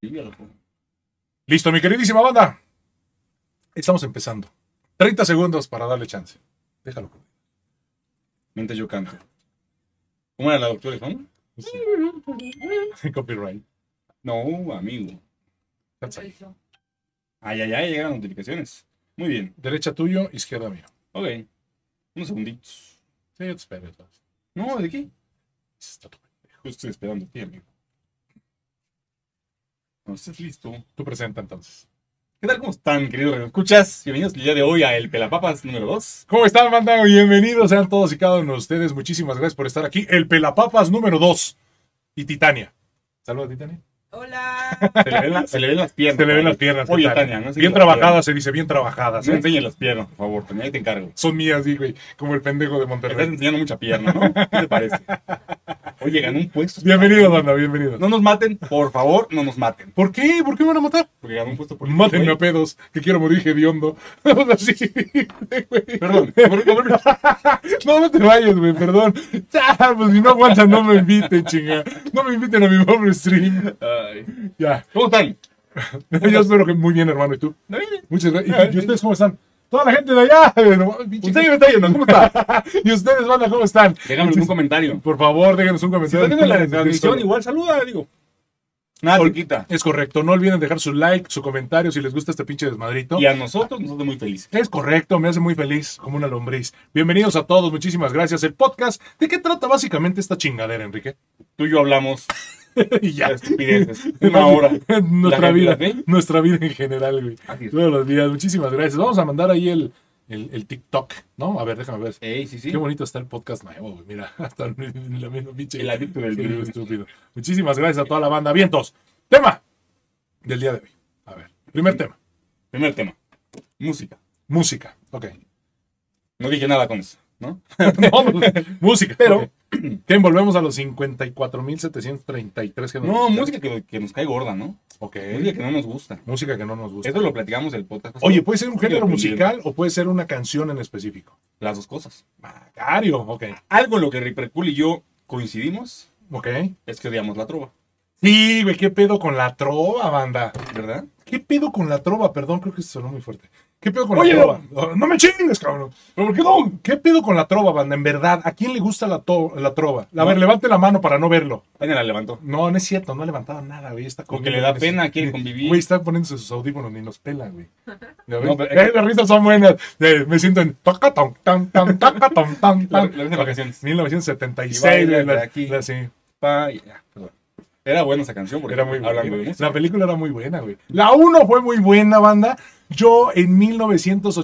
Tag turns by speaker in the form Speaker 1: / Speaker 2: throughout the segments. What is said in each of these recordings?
Speaker 1: tibia, loco.
Speaker 2: Listo, mi queridísima banda. Estamos empezando. 30 segundos para darle chance. Déjalo.
Speaker 1: Mientras yo canto. ¿Cómo era la doctora Juan?
Speaker 2: Copyright.
Speaker 1: No, amigo.
Speaker 2: That's it.
Speaker 1: Ay, ay, ay, llegan las notificaciones. Muy bien.
Speaker 2: Derecha tuyo, izquierda mío.
Speaker 1: Ok. Unos segunditos.
Speaker 2: Sí, pues, yo te espero. entonces.
Speaker 1: No, ¿de qué?
Speaker 2: Está tu-
Speaker 1: Justo estoy esperando a ti, amigo. No estás listo.
Speaker 2: Tú presenta entonces.
Speaker 1: ¿Qué tal? ¿Cómo están, queridos escuchas? Bienvenidos el día de hoy a El Pelapapas número 2.
Speaker 2: ¿Cómo están, banda? Bienvenidos sean todos y cada uno de ustedes. Muchísimas gracias por estar aquí. El Pelapapas número 2 y Titania. Saluda, Titania.
Speaker 3: Hola.
Speaker 1: Se le ven, la- se le ven las piernas.
Speaker 2: Se le ven las piernas.
Speaker 1: Oye,
Speaker 2: Titania.
Speaker 1: Tania, no sé
Speaker 2: bien
Speaker 1: qué las
Speaker 2: trabajadas, se dice, bien trabajadas.
Speaker 1: piernas. No
Speaker 2: ¿eh?
Speaker 1: enseñes las piernas, por favor, Tania, ahí te encargo.
Speaker 2: Son mías, digo, como el pendejo de
Speaker 1: Te estás
Speaker 2: Monterrey.
Speaker 1: enseñando mucha pierna, ¿no? ¿Qué te parece? Oye, ganó un puesto.
Speaker 2: Bienvenido, banda, bienvenido.
Speaker 1: No nos maten, por favor, no nos maten.
Speaker 2: ¿Por qué? ¿Por qué me van a matar?
Speaker 1: Porque ganó un puesto político.
Speaker 2: Mátenme a
Speaker 1: güey.
Speaker 2: pedos, que quiero morir hediondo. Así, güey.
Speaker 1: Perdón. por- por- por-
Speaker 2: No, no te vayas, güey, perdón. Ya, pues si no aguantan, no me inviten, chinga. No me inviten a mi pobre stream.
Speaker 1: Ay.
Speaker 2: Ya.
Speaker 1: ¿Cómo están?
Speaker 2: Yo espero que muy bien, hermano. ¿Y tú?
Speaker 1: ¿Está bien?
Speaker 2: Muchas gracias. ¿Y, y ustedes cómo están? Toda la gente de allá. No, pinche-
Speaker 1: Usted que me está yendo, ¿cómo está?
Speaker 2: ¿Y ustedes, banda, cómo están?
Speaker 1: Déjame algún comentario.
Speaker 2: Por favor, déjenos un
Speaker 1: Si
Speaker 2: comentario.
Speaker 1: está viendo la transmisión, igual saluda, digo. Nada, te quita.
Speaker 2: Es correcto. No olviden dejar su like, su comentario si les gusta este pinche desmadrito.
Speaker 1: Y a nosotros nos hace muy felices.
Speaker 2: Es correcto, me hace muy feliz, como una lombriz. Bienvenidos a todos, muchísimas gracias. El podcast, ¿de qué trata básicamente esta chingadera, Enrique?
Speaker 1: Tú y yo hablamos
Speaker 2: y
Speaker 1: de
Speaker 2: ya.
Speaker 1: estupideces. Una hora.
Speaker 2: nuestra
Speaker 1: La gente
Speaker 2: vida,
Speaker 1: la ve.
Speaker 2: nuestra vida en general, güey.
Speaker 1: Así es.
Speaker 2: Todos los días, muchísimas gracias. Vamos a mandar ahí el, el, el TikTok, ¿no? A ver, déjame ver.
Speaker 1: Ey, sí, sí.
Speaker 2: Qué bonito está el podcast nuevo, güey. Mira, hasta la misma pinche.
Speaker 1: El adicto del
Speaker 2: Sí,
Speaker 1: virus.
Speaker 2: estúpido. Muchísimas gracias a toda la banda. Vientos, tema del día de hoy. A ver, primer tema,
Speaker 1: Primer tema. Música.
Speaker 2: música. Ok.
Speaker 1: No dije nada con eso, ¿no?
Speaker 2: No, pues, música. Pero
Speaker 1: Ok.
Speaker 2: que volvemos a los 54.733 que nos
Speaker 1: No,
Speaker 2: visitan.
Speaker 1: música que, que nos cae gorda, ¿no?
Speaker 2: Ok.
Speaker 1: Música que no nos gusta.
Speaker 2: Música que no nos gusta.
Speaker 1: Eso lo platicamos del podcast.
Speaker 2: Oye, ¿puede ser un género
Speaker 1: Opinión.
Speaker 2: musical o puede ser una canción en específico?
Speaker 1: Las dos cosas.
Speaker 2: Macario, ok.
Speaker 1: Algo en lo que Ripercool y yo coincidimos
Speaker 2: Ok.
Speaker 1: es que odiamos la trova,
Speaker 2: Sí, güey, qué pedo con la trova, banda.
Speaker 1: ¿verdad?
Speaker 2: ¿Qué pedo con la trova? Perdón, creo que sonó muy fuerte. ¿Qué pedo con
Speaker 1: Oye,
Speaker 2: la trova? No, me chingues, cabrón. ¿Pero por qué no? ¿Qué pedo con la trova, banda? En verdad, ¿a quién le gusta la, to- la trova? A ver,
Speaker 1: No.
Speaker 2: levante la mano para no verlo.
Speaker 1: Tania la levantó.
Speaker 2: No, no es cierto, no ha levantado nada, güey. Está
Speaker 1: Porque
Speaker 2: comiendo,
Speaker 1: le da
Speaker 2: güey.
Speaker 1: pena, quiere convivir.
Speaker 2: Güey, están poniéndose sus audífonos ni nos pela, güey. ¿Ya ves?
Speaker 1: No, pero-
Speaker 2: Eh, las risas son buenas. Eh, me siento en taca, tan, tan, tan, taca, tan, tan,
Speaker 1: La-
Speaker 2: tan.
Speaker 1: las mismas canciones.
Speaker 2: 1976,
Speaker 1: Y baila
Speaker 2: güey, la-
Speaker 1: de aquí.
Speaker 2: la- sí,
Speaker 1: Pa, y- ah, perdón. Era buena esa canción porque
Speaker 2: era muy buena.
Speaker 1: hablando de música.
Speaker 2: La película era muy buena, güey. La 1 fue muy buena, banda. Yo en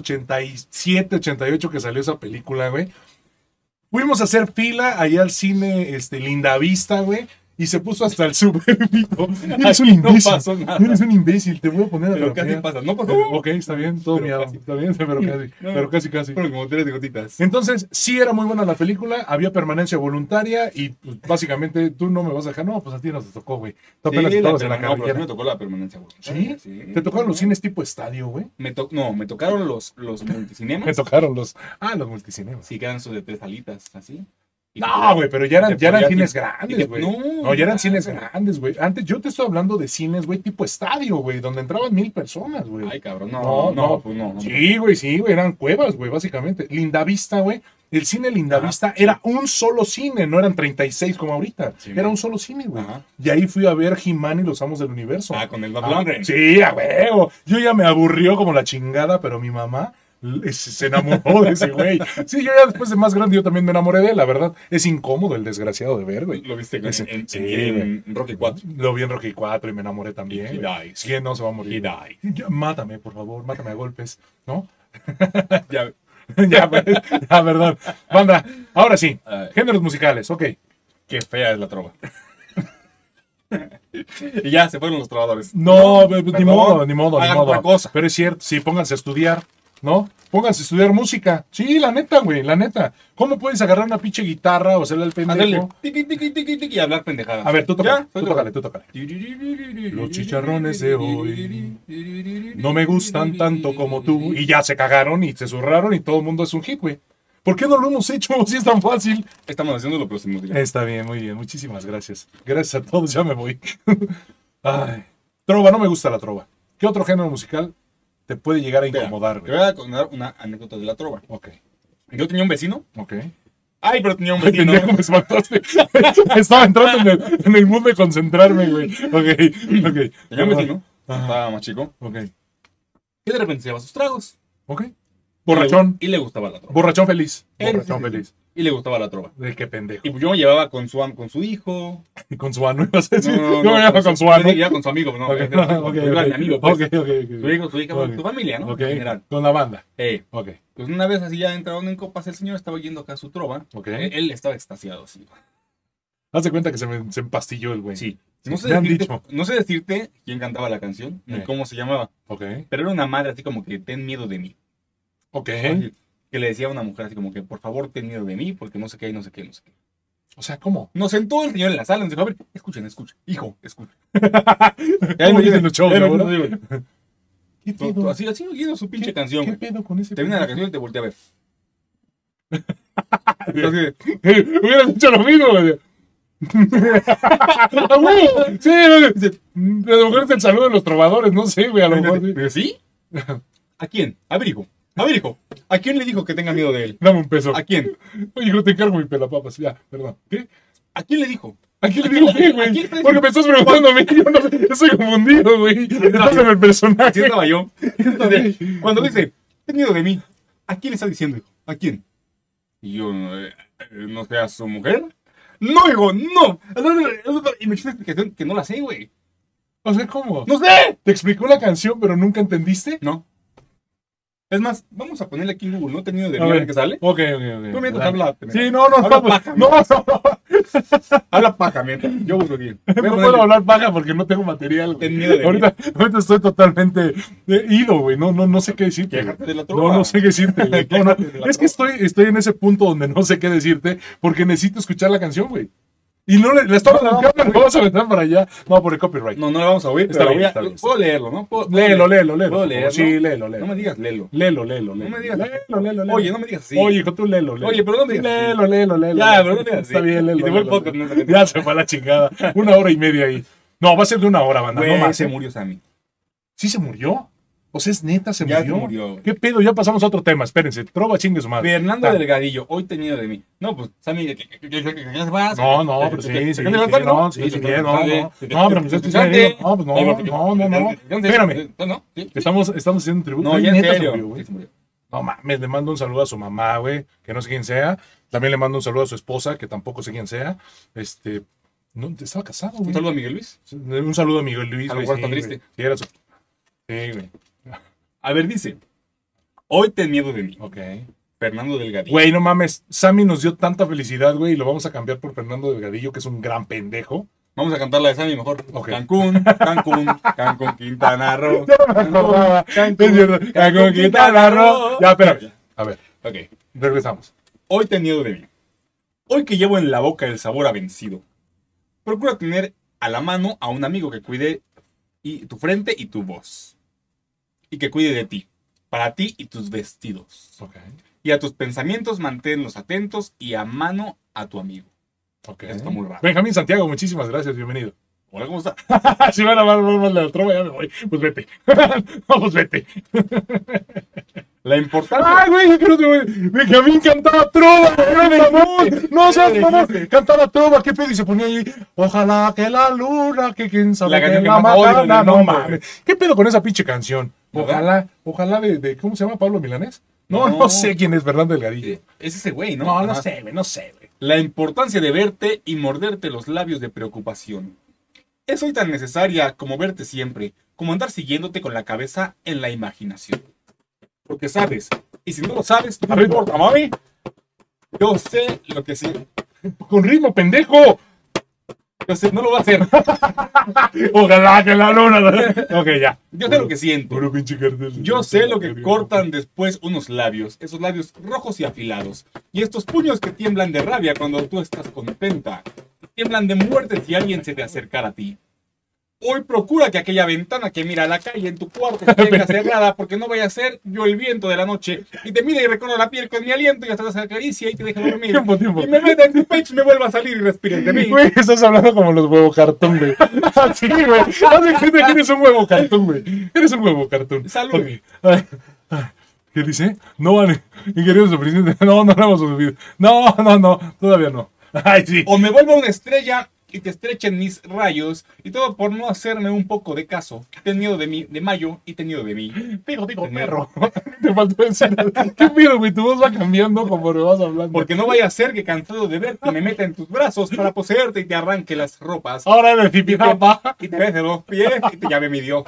Speaker 2: 1987, 88 que salió esa película, güey. Fuimos a hacer fila allá al cine este, Lindavista, güey. Y se puso hasta el super pico. Eres Ah, un
Speaker 1: No
Speaker 2: imbécil.
Speaker 1: pasó nada.
Speaker 2: Eres un imbécil, te voy a poner a
Speaker 1: Pero casi
Speaker 2: trapear.
Speaker 1: pasa, no pasó.
Speaker 2: Ok, está bien, todo
Speaker 1: Pero
Speaker 2: miado.
Speaker 1: casi.
Speaker 2: Está bien, pero casi.
Speaker 1: No.
Speaker 2: Pero casi, casi.
Speaker 1: Pero como tres gotitas.
Speaker 2: Entonces, sí era muy buena la película, había permanencia voluntaria y pues, básicamente tú no me vas a dejar. No, pues a ti no te tocó, güey. Tú apenas
Speaker 1: Sí, la pues,
Speaker 2: estabas en la
Speaker 1: permanencia- no, pero sí
Speaker 2: carretera.
Speaker 1: me tocó la permanencia. güey.
Speaker 2: ¿Sí? ¿Te tocaron los cines tipo estadio, güey?
Speaker 1: Me to- no, me tocaron los, los multicinemas.
Speaker 2: Me tocaron los. Ah, los multicinemas.
Speaker 1: Sí, quedan sus de tres alitas, así. Y
Speaker 2: No, güey, pero
Speaker 1: y
Speaker 2: ya eran,
Speaker 1: te
Speaker 2: ya eran
Speaker 1: podías-
Speaker 2: cines
Speaker 1: y te-
Speaker 2: grandes, güey.
Speaker 1: no,
Speaker 2: No, ya eran
Speaker 1: no,
Speaker 2: cines
Speaker 1: güey.
Speaker 2: grandes, güey. Antes yo te estoy hablando de cines, güey, tipo estadio, güey, donde entraban mil personas, güey.
Speaker 1: Ay, cabrón, no,
Speaker 2: No,
Speaker 1: no,
Speaker 2: no.
Speaker 1: pues no. no.
Speaker 2: Sí, güey, sí, güey, eran cuevas, güey, básicamente. Lindavista, güey. El cine
Speaker 1: Ah,
Speaker 2: Lindavista era un solo cine, no eran 36 como ahorita.
Speaker 1: Sí,
Speaker 2: era
Speaker 1: güey.
Speaker 2: un solo cine, güey.
Speaker 1: Ajá.
Speaker 2: Y ahí fui a ver He-Man y los Amos del Universo.
Speaker 1: Ah, con el Bob
Speaker 2: Ah,
Speaker 1: Lundgren.
Speaker 2: Sí, a huevo. Yo ya me aburrió como la chingada, pero mi mamá l- se se enamoró de ese güey. Sí, yo ya después de más grande yo también me enamoré de él, la verdad. Es incómodo el desgraciado de ver, güey.
Speaker 1: Lo viste en,
Speaker 2: Ese-
Speaker 1: en,
Speaker 2: sí,
Speaker 1: en-
Speaker 2: güey.
Speaker 1: en Rocky 4.
Speaker 2: Lo vi en Rocky 4 y me enamoré también.
Speaker 1: He
Speaker 2: güey.
Speaker 1: dies.
Speaker 2: ¿Quién no se va a morir?
Speaker 1: He
Speaker 2: güey? Ya, Mátame, por favor, mátame a golpes, ¿no?
Speaker 1: Ya,
Speaker 2: ya, pues, ya, perdón. Banda, ahora sí.
Speaker 1: A ver.
Speaker 2: Géneros musicales, ok.
Speaker 1: qué fea es la trova. y ya se fueron los trovadores.
Speaker 2: No, be- be- ni
Speaker 1: perdón.
Speaker 2: modo, ni modo, ni
Speaker 1: Hagan
Speaker 2: modo.
Speaker 1: otra cosa.
Speaker 2: Pero es cierto, sí, pónganse a estudiar, ¿no? Pónganse a estudiar música. Sí, la neta, güey, la neta. ¿Cómo puedes agarrar una pinche guitarra o hacerle el
Speaker 1: Hacerle
Speaker 2: pendejo?
Speaker 1: tiqui, tiqui, tiqui, tiqui, y hablar pendejadas.
Speaker 2: A ver, tú tócale,
Speaker 1: Ya,
Speaker 2: tú
Speaker 1: soy
Speaker 2: tócale, tú tócale.
Speaker 1: Los
Speaker 2: chicharrones de hoy No me gustan tanto como tú. Y ya se cagaron y se zurraron y todo el mundo es un hit, güey. ¿Por qué no lo hemos hecho si es tan fácil?
Speaker 1: Estamos haciéndolo, pero
Speaker 2: Eh,
Speaker 1: sin música.
Speaker 2: Está bien, muy bien. Muchísimas gracias. Gracias a todos, ya me voy. Ay. Trova, no me gusta la trova. ¿Qué otro género musical te puede llegar a
Speaker 1: Espera,
Speaker 2: incomodar,
Speaker 1: Te
Speaker 2: güey?
Speaker 1: voy a contar una anécdota de la trova.
Speaker 2: Ok,
Speaker 1: Yo tenía un vecino.
Speaker 2: ok.
Speaker 1: Ay, pero tenía un
Speaker 2: Ay,
Speaker 1: vecino.
Speaker 2: pendejo, me espantaste. Estaba entrando en el, en el mood de concentrarme, güey. Ok, ok.
Speaker 1: Tenía un vecino.
Speaker 2: Ajá,
Speaker 1: Estaba más chico.
Speaker 2: ok,
Speaker 1: Que de repente se llevaba sus tragos.
Speaker 2: ok.
Speaker 1: Borrachón.
Speaker 2: Borrachón.
Speaker 1: Y le gustaba la trova.
Speaker 2: Borrachón feliz.
Speaker 1: Sí, sí,
Speaker 2: Borrachón
Speaker 1: sí.
Speaker 2: feliz.
Speaker 1: Y le gustaba la trova.
Speaker 2: De qué pendejo.
Speaker 1: Y yo me llevaba con su, am- con su hijo.
Speaker 2: Y con su ano, ibas a decir.
Speaker 1: No, no,
Speaker 2: Yo me llamo con su ano.
Speaker 1: Yo me llevaba con su amigo. No,
Speaker 2: Ok,
Speaker 1: Este,
Speaker 2: ok,
Speaker 1: con su gran
Speaker 2: ok.
Speaker 1: amigo. Pues.
Speaker 2: Ok, ok, ok.
Speaker 1: Su hijo, su hija,
Speaker 2: Ok.
Speaker 1: su familia, ¿no?
Speaker 2: Ok,
Speaker 1: En general.
Speaker 2: Con la banda.
Speaker 1: Eh,
Speaker 2: Ok,
Speaker 1: pues una vez así ya entraron en copas, el señor estaba yendo acá a su trova.
Speaker 2: ok.
Speaker 1: Él, él estaba extasiado, sí.
Speaker 2: Haz de cuenta que se me se empastilló el güey.
Speaker 1: Sí. No sé,
Speaker 2: Me han
Speaker 1: decirte,
Speaker 2: dicho.
Speaker 1: no sé decirte quién cantaba la canción ni
Speaker 2: Eh.
Speaker 1: cómo se llamaba,
Speaker 2: Ok,
Speaker 1: pero era una madre así como que ten miedo de mí.
Speaker 2: ok.
Speaker 1: Así, Que le decía a una mujer así como que por favor ten miedo de mí porque no sé qué, no sé qué, no sé qué.
Speaker 2: O sea, ¿cómo?
Speaker 1: Nos sentó el señor en la sala, nos dijo, a ver, escuchen, escuchen, hijo, escuchen.
Speaker 2: ¿Cómo dicen los chavos
Speaker 1: Ya me
Speaker 2: ahora?
Speaker 1: digo, digo,
Speaker 2: ¿Qué
Speaker 1: tú- tú- Así, así oyendo su pinche
Speaker 2: ¿Qué-
Speaker 1: canción,
Speaker 2: ¿Qué
Speaker 1: güey.
Speaker 2: pedo con ese
Speaker 1: Termina la
Speaker 2: pendejo?
Speaker 1: canción y te voltea a ver. Entonces,
Speaker 2: Hubieras dicho lo mismo, güey. Ah, güey, sí, güey. "Mm, a lo mejor es el saludo de los trovadores, no sé, güey, a lo mejor sí.
Speaker 1: Pero sí. ¿A quién? A ver, hijo. A ver, hijo. ¿A quién le dijo que tenga miedo de él?
Speaker 2: Dame un peso.
Speaker 1: ¿A quién?
Speaker 2: Hijo, te encargo mi pelapapas, ya, perdón. ¿Qué?
Speaker 1: ¿A quién le dijo?
Speaker 2: ¿A quién le digo qué,
Speaker 1: ¿A
Speaker 2: güey?
Speaker 1: quién te-
Speaker 2: Porque me estás preguntando a mí, yo no sé, estoy confundido, güey. Estás en el
Speaker 1: Así
Speaker 2: personaje.
Speaker 1: estaba yo. Entonces, Este, cuando dice, ten miedo de mí, ¿a quién le está diciendo, hijo? ¿A quién? Y yo, eh, no sea su mujer. No, hijo, no. Y me echó una explicación que no la sé, güey.
Speaker 2: O sea, ¿cómo?
Speaker 1: ¡No sé!
Speaker 2: ¿Te explicó la canción, pero nunca entendiste?
Speaker 1: No. Es más, vamos a ponerle aquí en Google, ¿no? Ten miedo de
Speaker 2: A
Speaker 1: mí, a
Speaker 2: ver.
Speaker 1: ver qué sale.
Speaker 2: Ok, ok, ok.
Speaker 1: Tú mientras habla.
Speaker 2: Sí, no, no,
Speaker 1: Habla
Speaker 2: no, pues,
Speaker 1: paja,
Speaker 2: no, no, no,
Speaker 1: Habla paja, mientras. Yo busco aquí. Voy a
Speaker 2: no
Speaker 1: ponerle-
Speaker 2: puedo hablar paja porque no tengo material. güey.
Speaker 1: Ten miedo de mí.
Speaker 2: Ahorita, ahorita estoy totalmente eh, ido, güey. No, no, no sé qué decirte. güey.
Speaker 1: Quéjate de la trova.
Speaker 2: No, no sé qué decirte. güey. No, no.
Speaker 1: Quéjate de la
Speaker 2: Es que
Speaker 1: trova.
Speaker 2: estoy, estoy en ese punto donde no sé qué decirte porque necesito escuchar la canción, güey. Y no le, la estaba
Speaker 1: No, no,
Speaker 2: arrancando, la vamos a meter para allá. No, por el copyright.
Speaker 1: No, no lo vamos a oír,
Speaker 2: Está
Speaker 1: pero
Speaker 2: bien,
Speaker 1: voy a-
Speaker 2: está bien, está
Speaker 1: puedo leerlo, ¿no? Puedo- puedo
Speaker 2: Léelo,
Speaker 1: leer-
Speaker 2: léelo, léelo.
Speaker 1: ¿Puedo
Speaker 2: por
Speaker 1: leerlo?
Speaker 2: favor. Sí, léelo, léelo.
Speaker 1: No me digas léelo.
Speaker 2: Lelo, lelo, lelo.
Speaker 1: No me digas.
Speaker 2: Lelo, lelo, lelo.
Speaker 1: Oye, no me digas así.
Speaker 2: Oye, hijo, tú lelo, lelo.
Speaker 1: Oye, pero no me digas así.
Speaker 2: Lelo, lelo, lelo.
Speaker 1: Ya, pero no me digas así.
Speaker 2: Está bien, lelo.
Speaker 1: Y se fue el
Speaker 2: lelo,
Speaker 1: podcast,
Speaker 2: lelo.
Speaker 1: no sé qué.
Speaker 2: Ya se fue a la chingada. Una hora y media ahí. No, va a ser de una hora, banda.
Speaker 1: Güey,
Speaker 2: no más.
Speaker 1: se
Speaker 2: ¿eh?
Speaker 1: murió Sammy.
Speaker 2: Sí se murió. O sea, es neta, se
Speaker 1: Ya
Speaker 2: murió.
Speaker 1: se murió, güey.
Speaker 2: ¿Qué pedo? Ya pasamos a otro tema. Espérense. Trova chingue su madre.
Speaker 1: Fernando
Speaker 2: Tan.
Speaker 1: Delgadillo, hoy tenido de mí. No, pues, Sammy, ¿qué- qué- qué- qué- qué- qué vas?
Speaker 2: No, no, pero sí,
Speaker 1: ¿Qué- qué-
Speaker 2: sí, sí,
Speaker 1: qué- qué- qué-
Speaker 2: no, sí, sí,
Speaker 1: qué-
Speaker 2: no,
Speaker 1: qué-
Speaker 2: no.
Speaker 1: qué-
Speaker 2: No, pero me
Speaker 1: qué-
Speaker 2: estás
Speaker 1: qué-
Speaker 2: diciendo,
Speaker 1: qué-
Speaker 2: no, pues, no,
Speaker 1: Ay, porque-
Speaker 2: no, no, no.
Speaker 1: Entonces,
Speaker 2: Espérame.
Speaker 1: No, no, sí.
Speaker 2: Estamos, estamos haciendo tributo.
Speaker 1: No,
Speaker 2: Ay,
Speaker 1: ya en
Speaker 2: neta se
Speaker 1: serio.
Speaker 2: murió, güey.
Speaker 1: Sí, se murió.
Speaker 2: No mames, le mando un saludo a su mamá, güey, que no sé quién sea. También le mando un saludo a su esposa, que tampoco sé quién sea. Este, no, estaba casado,
Speaker 1: Un
Speaker 2: güey.
Speaker 1: saludo a Miguel Luis.
Speaker 2: Un saludo a Miguel Luis.
Speaker 1: A lo
Speaker 2: güey,
Speaker 1: mejor
Speaker 2: sí,
Speaker 1: está
Speaker 2: güey.
Speaker 1: triste.
Speaker 2: Sí, era su- Sí, güey.
Speaker 1: A ver, dice. Hoy ten miedo de mí.
Speaker 2: Ok.
Speaker 1: Fernando Delgadillo.
Speaker 2: Güey, no mames. Sammy nos dio tanta felicidad, güey, y lo vamos a cambiar por Fernando Delgadillo, que es un gran pendejo.
Speaker 1: Vamos a cantar la de Sammy mejor.
Speaker 2: Ok.
Speaker 1: Cancún, Cancún, Cancún, Quintana Roo.
Speaker 2: Es cierto. Ya, como que tal, arro- Ya, espérame. A ver,
Speaker 1: Ok.
Speaker 2: regresamos.
Speaker 1: Hoy te miedo de mí. Hoy que llevo en la boca el sabor a vencido. Procura tener a la mano a un amigo que cuide y tu frente y tu voz. Y que cuide de ti, para ti y tus vestidos.
Speaker 2: Ok.
Speaker 1: Y a tus pensamientos manténlos atentos y a mano a tu amigo.
Speaker 2: Ok.
Speaker 1: Está muy raro.
Speaker 2: Benjamín Santiago, muchísimas gracias, bienvenido.
Speaker 1: Hola, ¿cómo está?
Speaker 2: si van a hablar mal de la trova, ya me voy. Pues vete. no, pues vete.
Speaker 1: La importancia...
Speaker 2: ¡Ay, güey! Yo creo que güey, Benjamín cantaba trova, güey, mamón. No seas mamón. Cantaba trova, qué pedo. Y se ponía ahí. Ojalá que la luna, que quién sabe.
Speaker 1: La
Speaker 2: que
Speaker 1: canción que más odio del
Speaker 2: matara". No
Speaker 1: mundo,
Speaker 2: mames. ¿Qué pedo con esa pinche canción?
Speaker 1: ¿Verdad?
Speaker 2: Ojalá, ojalá de, de- ¿Cómo se llama Pablo Milanés? No, no,
Speaker 1: No.
Speaker 2: sé quién es Fernando Delgadillo.
Speaker 1: eh, Es ese güey, ¿no?
Speaker 2: No, no
Speaker 1: Ajá.
Speaker 2: sé, güey, no sé, güey.
Speaker 1: La importancia de verte y morderte los labios de preocupación. Es hoy tan necesaria como verte siempre, como andar siguiéndote con la cabeza en la imaginación. Porque sabes, y si no lo sabes, no me importa, mami. Yo sé lo que sí.
Speaker 2: Con ritmo pendejo.
Speaker 1: Yo sé, no lo voy a hacer.
Speaker 2: Ojalá que la luna. ok, ya.
Speaker 1: Yo sé lo que siento.
Speaker 2: Puro pinche cartel.
Speaker 1: Yo sé lo que cortan después unos labios, esos labios rojos y afilados. Y estos puños que tiemblan de rabia cuando tú estás contenta. Tiemblan de muerte si alguien se te acercara a ti. Hoy procura que aquella ventana que mira a la calle en tu cuarto tenga cerrada porque no vaya a ser yo el viento de la noche y te mira y recorro la piel con mi aliento y hasta te acaricia y te deja dormir.
Speaker 2: Tiempo, tiempo.
Speaker 1: Y me meta en tu pecho y me vuelva a salir y respire de mí.
Speaker 2: Güey, estás hablando como los huevo cartón, güey. Así, güey. Haz de cuenta que eres un huevo cartón, güey. Eres un huevo cartón.
Speaker 1: Salud.
Speaker 2: Ok. Ay, ay. ¿Qué dice? No vale. Ingeniero suficiente. No, no lo hemos subido. No, no, no. Todavía no. Ay, sí.
Speaker 1: O me vuelva una estrella y te estrechen mis rayos y todo por no hacerme un poco de caso. Ten miedo de mí, de mayo y ten miedo de mí. Pero digo perro.
Speaker 2: Te faltó decir. ¿Qué miedo, güey? Tu voz va cambiando conforme vas hablando.
Speaker 1: Porque no vaya a ser que cansado de verte me meta en tus brazos para poseerte y te arranque las ropas.
Speaker 2: ahora eres pipi papá.
Speaker 1: Y te ves de los pies y te llame mi Dios.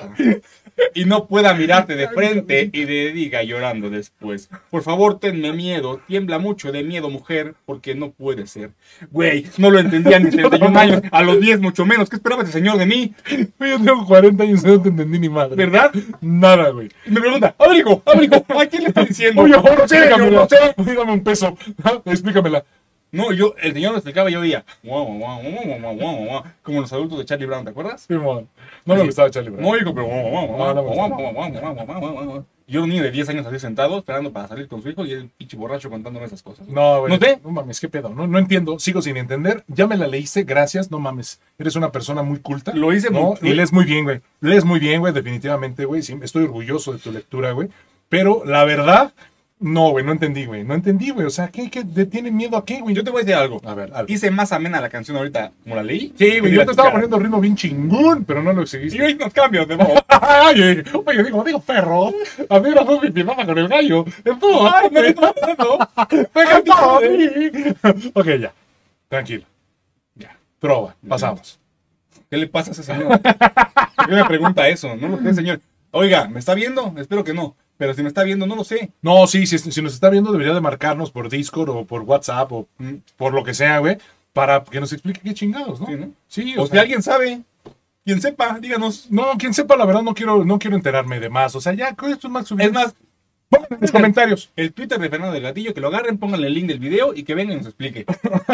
Speaker 1: Y no pueda mirarte de frente y te diga llorando después. Por favor, tenme miedo. Tiembla mucho de miedo, mujer, porque no puede ser. Güey, no lo entendía ni 31 años. A los 10 mucho menos. ¿Qué esperaba ese señor de mí?
Speaker 2: Güey, Yo tengo 40 años y no te entendí ni madre.
Speaker 1: ¿Verdad?
Speaker 2: Nada, güey.
Speaker 1: Y me pregunta, Abrigo, Abrigo, ¿a quién le está diciendo?
Speaker 2: Oye, ahora
Speaker 1: Explícamelo.
Speaker 2: explícamela. No sé. Dame un peso. Explícamela.
Speaker 1: No, yo, el señor lo explicaba y yo veía, guau, guau, guau, guau, guau, guau, guau, como los adultos de Charlie Brown, ¿te acuerdas?
Speaker 2: Sí, mon. No me
Speaker 1: Sí.
Speaker 2: gustaba Charlie Brown.
Speaker 1: No, digo, pero guau, guau, guau,
Speaker 2: No, no me
Speaker 1: guau, guau, guau, guau, guau, guau, guau, guau, guau. Yo era un niño de 10 años así sentado, esperando para salir con su hijo y el pinche borracho contándome esas cosas.
Speaker 2: No, güey.
Speaker 1: ¿No te?
Speaker 2: No mames, qué pedo. No, no entiendo. Sigo sin entender. Ya me la leíste. Gracias. No mames. Eres una persona muy culta.
Speaker 1: Lo hice
Speaker 2: ¿no?
Speaker 1: muy-
Speaker 2: Y lees muy bien, güey. Lees muy bien, güey. Definitivamente, güey. Sí, estoy orgulloso de tu lectura, güey. Pero la verdad, no, güey. No entendí, güey. No entendí, güey. O sea, ¿qué, qué te tiene miedo a qué, güey?
Speaker 1: Yo te voy a decir algo.
Speaker 2: A ver, a ver.
Speaker 1: Hice más amena la canción ahorita, como la leí.
Speaker 2: Sí,
Speaker 1: que
Speaker 2: güey. Yo
Speaker 1: la
Speaker 2: te estaba
Speaker 1: cara.
Speaker 2: poniendo ritmo bien chingón, pero no lo seguiste.
Speaker 1: Y hoy nos cambios de voz.
Speaker 2: Ay, oye, digo, digo, perro. A mí no fue mi mamá con el gallo. Entonces,
Speaker 1: Ay, me estoy pasando.
Speaker 2: Venga, no, sí. ok, ya. Tranquilo.
Speaker 1: Ya.
Speaker 2: Trova. Pasamos.
Speaker 1: ¿Qué le pasa a ese señor? ¿Por qué me pregunta eso? No lo sé, señor. Oiga, ¿me está viendo? Espero que no. Pero si me está viendo, no lo sé.
Speaker 2: No, sí, si, si nos está viendo, debería de marcarnos por Discord o por WhatsApp o
Speaker 1: Mm,
Speaker 2: por lo que sea, güey. Para que nos explique qué chingados, ¿no?
Speaker 1: Sí, ¿no?
Speaker 2: Sí, o
Speaker 1: O si
Speaker 2: sea,
Speaker 1: alguien sabe, quien sepa, díganos.
Speaker 2: No, quien sepa, la verdad, no quiero, no quiero enterarme de más. O sea, ya, con esto es más
Speaker 1: Es
Speaker 2: suficiente.
Speaker 1: más,
Speaker 2: Pongan en los comentarios.
Speaker 1: el Twitter de Fernando del Gatillo, que lo agarren, pónganle el link del video y que vengan y nos explique.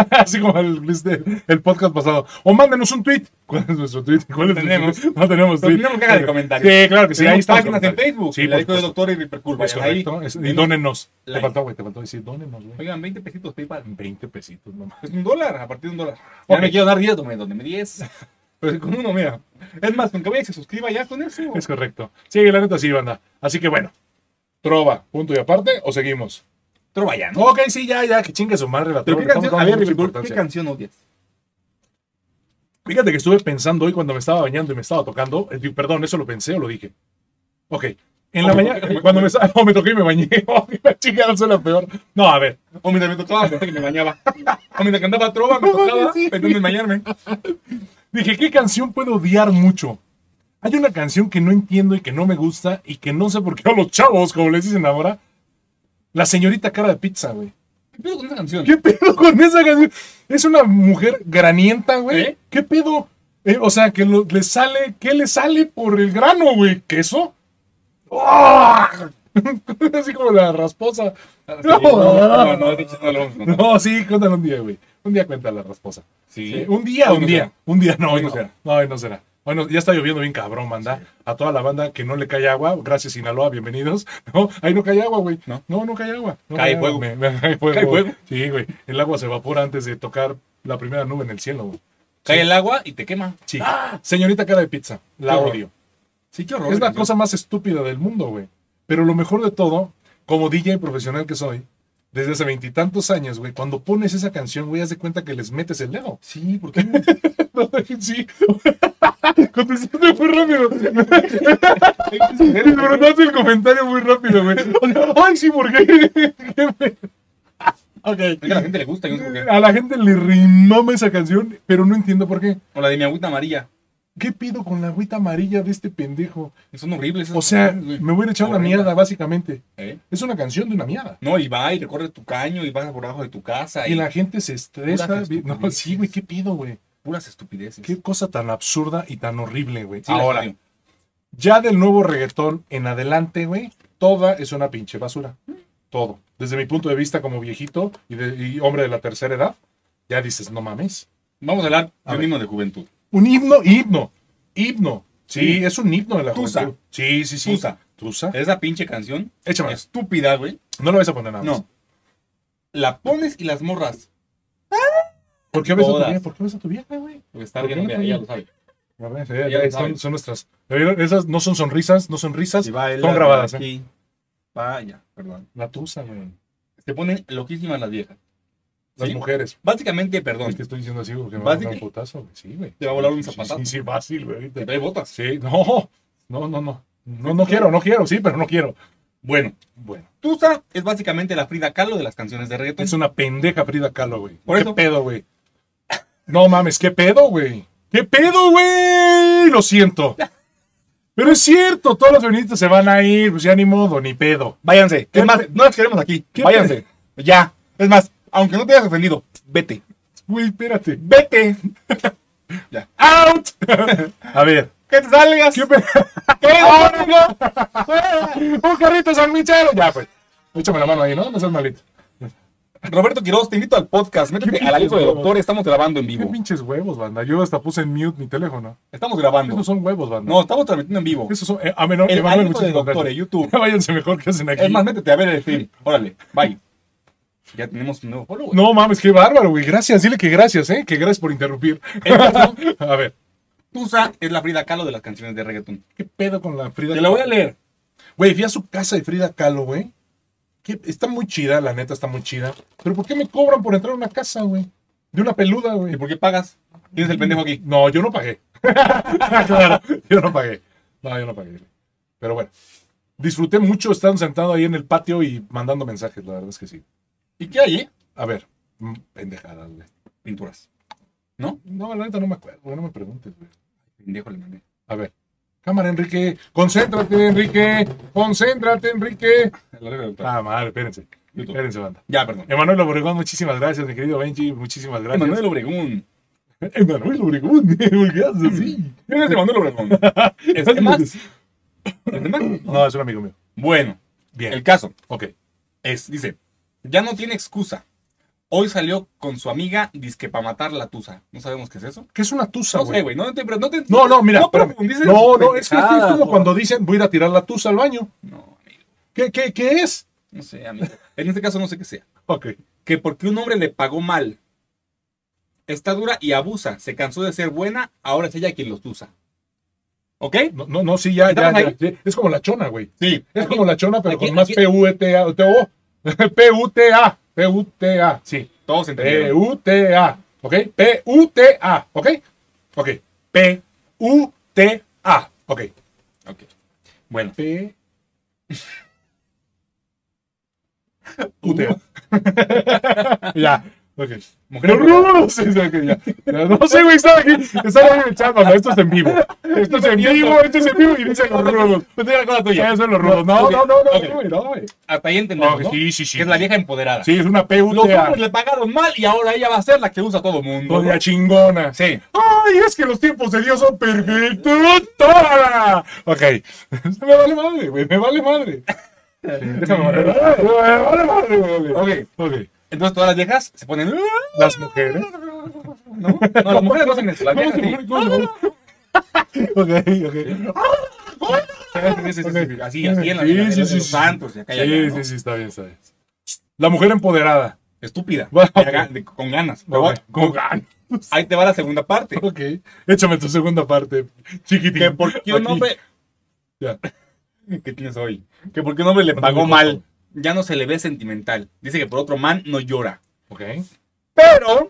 Speaker 2: Así como el, este, el podcast pasado. O mándenos un tweet. ¿Cuál es nuestro tweet? ¿Cuál es nuestro
Speaker 1: tenemos.
Speaker 2: tweet? No tenemos tweet.
Speaker 1: tenemos caja de comentarios.
Speaker 2: Sí, claro que sí. Ahí
Speaker 1: Tenemos
Speaker 2: está.
Speaker 1: páginas en Facebook,
Speaker 2: Sí,
Speaker 1: la
Speaker 2: por
Speaker 1: disco de
Speaker 2: supuesto.
Speaker 1: Doctor y Repercool.
Speaker 2: Es
Speaker 1: vayan ahí.
Speaker 2: correcto. es- y dónenos. Te
Speaker 1: Like.
Speaker 2: faltó, güey. Te faltó decir dónenos, güey.
Speaker 1: Oigan, 20 pesitos PayPal.
Speaker 2: 20 pesitos nomás.
Speaker 1: Es un dólar, a partir de un dólar. Ya
Speaker 2: Ok.
Speaker 1: me quiero dar 10, donde me 10. Pero con uno, mira. Es más, con que vaya y se suscriba ya con eso.
Speaker 2: Es correcto. Sí, la neta sí, banda. Así que bueno. Trova, punto y aparte, o seguimos.
Speaker 1: Trova ya, ¿no?
Speaker 2: Ok, sí, ya, ya, que chingue su madre la
Speaker 1: Pero
Speaker 2: trova.
Speaker 1: ¿qué
Speaker 2: le estamos
Speaker 1: canción, a
Speaker 2: dando
Speaker 1: ver,
Speaker 2: mucha
Speaker 1: Repercool, ¿qué
Speaker 2: importancia.
Speaker 1: canción odias?
Speaker 2: Fíjate que estuve pensando hoy cuando me estaba bañando y me estaba tocando. eh, digo, Perdón, eso lo pensé o lo dije. Ok. En la
Speaker 1: Oh, me
Speaker 2: mañana,
Speaker 1: toqué, me-
Speaker 2: cuando me, estaba- no, me toqué y me bañé. La chingada soy la peor. No, a ver.
Speaker 1: O mientras me tocaba, pensé que me bañaba. O mientras cantaba trova, me tocaba,
Speaker 2: Sí.
Speaker 1: pensando en bañarme.
Speaker 2: Dije, ¿qué canción puedo odiar mucho? Hay una canción que no entiendo y que no me gusta y que no sé por qué a los chavos, como les dicen ahora, la señorita cara de pizza, güey.
Speaker 1: ¿Qué pedo con esa canción?
Speaker 2: ¿Qué pedo con esa canción? Es una mujer granienta, güey.
Speaker 1: ¿Eh?
Speaker 2: ¿Qué pedo? Eh, o sea, que lo- le sale, ¿qué le sale por el grano, güey? ¿Queso? ¡Ah! Así como la rasposa.
Speaker 1: Ah, sí, No, no, no, de hecho, no lo vamos a contar.
Speaker 2: No, sí, cuéntala un día, güey. Un día cuenta la rasposa.
Speaker 1: Sí.
Speaker 2: Un día,
Speaker 1: Hoy
Speaker 2: un
Speaker 1: no
Speaker 2: día.
Speaker 1: será.
Speaker 2: Un día, no, hoy
Speaker 1: Hoy
Speaker 2: no
Speaker 1: no.
Speaker 2: será. No, hoy no será. Hoy no- ya está lloviendo bien cabrón, manda. A toda la banda que no le cae agua, gracias Sinaloa, bienvenidos. No, ahí no cae agua, güey. No,
Speaker 1: No.
Speaker 2: no, cae agua. No
Speaker 1: Cae
Speaker 2: agua.
Speaker 1: fuego.
Speaker 2: Me- me- cae fuego.
Speaker 1: Cae fuego.
Speaker 2: Sí, güey. El agua se evapora antes de tocar la primera nube en el cielo, güey.
Speaker 1: Cae el agua y te quema.
Speaker 2: Sí. Señorita cara de pizza, la
Speaker 1: Qué horror.
Speaker 2: odio.
Speaker 1: Sí, qué horror.
Speaker 2: Es la
Speaker 1: canción.
Speaker 2: cosa más estúpida del mundo, güey. Pero lo mejor de todo, como DJ profesional que soy, desde hace veintitantos años, güey, cuando pones esa canción, güey, haz de cuenta que les metes el dedo.
Speaker 1: Sí, porque
Speaker 2: No, sí. Contestaste muy rápido. Desbrotaste el comentario muy rápido, güey. O sea, Ay, sí, ¿por qué? ok.
Speaker 1: a la gente le gusta. Yo no sé por qué.
Speaker 2: A la gente le rinoma esa canción, pero no entiendo por qué.
Speaker 1: O la de mi agüita amarilla.
Speaker 2: ¿Qué pido con la agüita amarilla de este pendejo?
Speaker 1: Son horribles. esas
Speaker 2: O sea,
Speaker 1: canciones, güey.
Speaker 2: me voy a echar una
Speaker 1: Horrenda.
Speaker 2: mierda, básicamente.
Speaker 1: ¿Eh?
Speaker 2: Es una canción de una mierda.
Speaker 1: No, y va y recorre tu caño y vas por debajo de tu casa y,
Speaker 2: Y la gente se estresa.
Speaker 1: Puras
Speaker 2: vi- No,
Speaker 1: estupideces.
Speaker 2: sí, güey, ¿qué pido, güey?
Speaker 1: puras estupideces.
Speaker 2: Qué cosa tan absurda y tan horrible, güey.
Speaker 1: Sí, la
Speaker 2: Ahora,
Speaker 1: odio.
Speaker 2: ya del nuevo reggaetón en adelante, güey, toda es una pinche basura. Todo. Desde mi punto de vista como viejito y, de- y hombre de la tercera edad, ya dices, no mames.
Speaker 1: Vamos a hablar
Speaker 2: A
Speaker 1: de un
Speaker 2: ver.
Speaker 1: himno de juventud.
Speaker 2: Un himno, himno. Himno. Sí,
Speaker 1: Sí.
Speaker 2: es un himno de la
Speaker 1: Tusa.
Speaker 2: juventud. Sí, sí, sí.
Speaker 1: Tusa.
Speaker 2: Tusa.
Speaker 1: Esa pinche canción
Speaker 2: Échamela.
Speaker 1: estúpida, güey.
Speaker 2: No lo vas a poner nada más.
Speaker 1: No. La pones y las morras.
Speaker 2: ¿Por qué ves a tu
Speaker 1: Todas.
Speaker 2: vieja? ¿Por qué ves a tu vieja, güey?
Speaker 1: Porque está
Speaker 2: ¿Por qué
Speaker 1: bien, mira,
Speaker 2: no ponen?
Speaker 1: ella lo sabe.
Speaker 2: A ver,
Speaker 1: Ya lo
Speaker 2: son,
Speaker 1: saben.
Speaker 2: son nuestras. ¿Ya vieron? Esas no son sonrisas, no son risas.
Speaker 1: Y baila
Speaker 2: son grabadas, ¿eh?
Speaker 1: aquí. Vaya, perdón.
Speaker 2: La tusa, güey.
Speaker 1: Se ponen loquísimas las viejas.
Speaker 2: Las
Speaker 1: Sí.
Speaker 2: mujeres.
Speaker 1: Básicamente,
Speaker 2: Es
Speaker 1: perdón.
Speaker 2: que estoy diciendo así porque me va a
Speaker 1: Básica-
Speaker 2: dar un putazo, güey. Sí, güey.
Speaker 1: Te va a volar un
Speaker 2: Sí,
Speaker 1: zapatazo.
Speaker 2: Sí, sí, fácil, güey. ahorita.
Speaker 1: Te trae botas.
Speaker 2: Sí, no. No, no, no. No, no quiero, no quiero, sí, pero no quiero.
Speaker 1: Bueno,
Speaker 2: Bueno,
Speaker 1: Tusa es básicamente la Frida Kahlo de las canciones de reggaetón.
Speaker 2: es una pendeja Frida Kahlo, güey.
Speaker 1: Por
Speaker 2: ¿Qué
Speaker 1: eso-
Speaker 2: pedo, güey? No mames, ¿qué pedo, güey? ¿Qué pedo, güey? Lo siento. Pero es cierto, todos los feministas se van a ir, pues ya ni modo, ni pedo.
Speaker 1: Váyanse.
Speaker 2: ¿Qué
Speaker 1: Es más,
Speaker 2: pe-
Speaker 1: no las queremos aquí.
Speaker 2: ¿Qué
Speaker 1: Váyanse. Ya. Es más, aunque no te hayas ofendido, vete.
Speaker 2: Güey, espérate.
Speaker 1: Vete.
Speaker 2: ¡Out! A ver.
Speaker 1: Que te salgas.
Speaker 2: ¿Qué pedo? ¡Un carrito San Michelo! Ya, pues. Échame la mano ahí, ¿no? No seas malito.
Speaker 1: Roberto Quiroz, te invito al podcast. Métete
Speaker 2: ¿Qué
Speaker 1: al alijo del
Speaker 2: pinches
Speaker 1: doctor. Estamos grabando en
Speaker 2: Qué
Speaker 1: vivo.
Speaker 2: pinches huevos, banda. Yo hasta puse en mute mi teléfono.
Speaker 1: Estamos grabando.
Speaker 2: Esos son huevos, banda.
Speaker 1: No, estamos transmitiendo en vivo.
Speaker 2: Esos son. eh, a menos,
Speaker 1: El
Speaker 2: Emanuel,
Speaker 1: alijo del
Speaker 2: muchísimas
Speaker 1: doctor
Speaker 2: gracias.
Speaker 1: en YouTube.
Speaker 2: Váyanse mejor que hacen aquí.
Speaker 1: Es más, métete a ver el stream. Órale, bye. Ya tenemos un nuevo follow, güey.
Speaker 2: no mames, qué bárbaro, güey. Gracias, dile que gracias, ¿eh? Que gracias por interrumpir.
Speaker 1: El caso,
Speaker 2: a ver,
Speaker 1: Tusa es la Frida Kahlo de las canciones de reggaetón.
Speaker 2: ¿qué pedo con la Frida
Speaker 1: Te la voy a leer.
Speaker 2: Güey, fui a su casa de Frida Kahlo, güey. Que Está muy chida, la neta, está muy chida. Pero ¿por qué me cobran por entrar a una casa, güey? De una peluda, güey.
Speaker 1: ¿Y por qué pagas? ¿Quién es el pendejo aquí?
Speaker 2: No, yo no pagué. claro, yo no pagué. No, yo no pagué. Pero bueno, disfruté mucho estando sentado ahí en el patio y mandando mensajes, la verdad es que sí.
Speaker 1: ¿Y qué hay, eh?
Speaker 2: A ver, mm, pendejadas, güey.
Speaker 1: Pinturas.
Speaker 2: No, la neta no me acuerdo, güey, no me preguntes, güey.
Speaker 1: Pendejo le mandé.
Speaker 2: A ver. Cámara, Enrique. Concéntrate, Enrique. Concéntrate, Enrique.
Speaker 1: Al alijo del doctor.
Speaker 2: Ah, madre, espérense.
Speaker 1: YouTube.
Speaker 2: Espérense, banda.
Speaker 1: Ya, perdón.
Speaker 2: Emanuel Obregón, muchísimas gracias, mi querido Benji. Muchísimas gracias.
Speaker 1: Manuel Obregón.
Speaker 2: Emanuel Obregón. ¿por qué haces así?
Speaker 1: ¿Quién es Manuel Obregón? ¿Este más? ¿Este más?
Speaker 2: No, es un amigo mío.
Speaker 1: Bueno,
Speaker 2: Bien.
Speaker 1: el caso
Speaker 2: Ok.
Speaker 1: es, dice, ya no tiene excusa. Hoy salió con su amiga disque para matar la tusa. No sabemos qué es eso.
Speaker 2: ¿Qué es una tusa,
Speaker 1: No sé,
Speaker 2: Ah, güey?
Speaker 1: güey. No te, pero no te-
Speaker 2: No, no, mira.
Speaker 1: No
Speaker 2: espérame.
Speaker 1: profundices en
Speaker 2: no,
Speaker 1: sus
Speaker 2: no, es que esto es
Speaker 1: pendejadas,
Speaker 2: como
Speaker 1: por-
Speaker 2: cuando dicen, voy a ir a tirar la tusa al baño.
Speaker 1: No, amigo.
Speaker 2: ¿Qué, qué, qué es?
Speaker 1: No sé, amigo. En este caso no sé qué sea.
Speaker 2: Ok.
Speaker 1: que porque un hombre le pagó mal. Está dura y abusa. Se cansó de ser buena, ahora es ella quien los usa. ¿Ok?
Speaker 2: No, no, no sí, ya, ya,
Speaker 1: ¿Estamos
Speaker 2: ya,
Speaker 1: ahí?
Speaker 2: ya. Es como la chona, güey.
Speaker 1: Sí.
Speaker 2: Es como la chona, pero
Speaker 1: aquí-
Speaker 2: con más
Speaker 1: aquí-
Speaker 2: P-U-E-T-A. T-O. P-U-T-A. P-U-T-A. Sí.
Speaker 1: Todos
Speaker 2: Eh,
Speaker 1: entendieron.
Speaker 2: P-U-T-A. ¿Ok? P-U-T-A. ¿Ok? Ok. P-U-T-A. Ok.
Speaker 1: Ok. Bueno.
Speaker 2: P.
Speaker 1: U.
Speaker 2: U-T-A. ya. Ok.
Speaker 1: Mujer,
Speaker 2: Pero no, no, sí, sí, ok, ya. Ya, no sé, güey, estaba aquí, estaba aquí echando, no, esto es en vivo. Esto es en vivo, esto es en vivo y dicen los rudos.
Speaker 1: Pues diga la cosa tuya.
Speaker 2: Ya son los rudos. No,
Speaker 1: Ok,
Speaker 2: no, no, no,
Speaker 1: ok.
Speaker 2: güey, no, güey.
Speaker 1: Hasta ahí entendemos, ¿no?
Speaker 2: Sí, sí, sí.
Speaker 1: Que es la vieja empoderada.
Speaker 2: Sí, es una
Speaker 1: Los
Speaker 2: PUTA.
Speaker 1: hombres le pagaron mal y ahora ella va a ser la que usa a todo mundo.
Speaker 2: Doña chingona.
Speaker 1: Sí.
Speaker 2: Ay, es que los tiempos de Dios son perfectos. ¡Tómala! Ok. me vale madre, güey. Me vale madre. Déjame madre. Me vale madre, güey.
Speaker 1: Ok.
Speaker 2: Ok.
Speaker 1: Entonces todas las viejas se ponen. "Ah",
Speaker 2: Las mujeres.
Speaker 1: ¿No? No, las mujeres no hacen eso. Las
Speaker 2: ¿Cómo
Speaker 1: viejas "Ah".
Speaker 2: se
Speaker 1: sí.
Speaker 2: pone? ¿Cómo se pone? Ok, ok.
Speaker 1: Sí, sí, sí, sí, sí. Así, así en la en
Speaker 2: Sí, sí,
Speaker 1: los
Speaker 2: sí, sí.
Speaker 1: santos. y acá y
Speaker 2: Sí,
Speaker 1: allá, ¿no?
Speaker 2: sí, sí, está bien, está bien. La mujer empoderada.
Speaker 1: Estúpida.
Speaker 2: Bueno.
Speaker 1: Y haga- de- Con ganas. Pero bueno,
Speaker 2: Con ganas.
Speaker 1: ahí te va la segunda parte.
Speaker 2: ah, Ok. Échame tu segunda parte, chiquitín.
Speaker 1: Que por qué un
Speaker 2: Aquí.
Speaker 1: hombre.
Speaker 2: Ya.
Speaker 1: ¿Qué tienes hoy? Que porque un hombre le
Speaker 2: No
Speaker 1: pagó
Speaker 2: tengo
Speaker 1: mal.
Speaker 2: coco.
Speaker 1: Ya no se le ve sentimental. Dice que por otro man no llora.
Speaker 2: Ok.
Speaker 1: Pero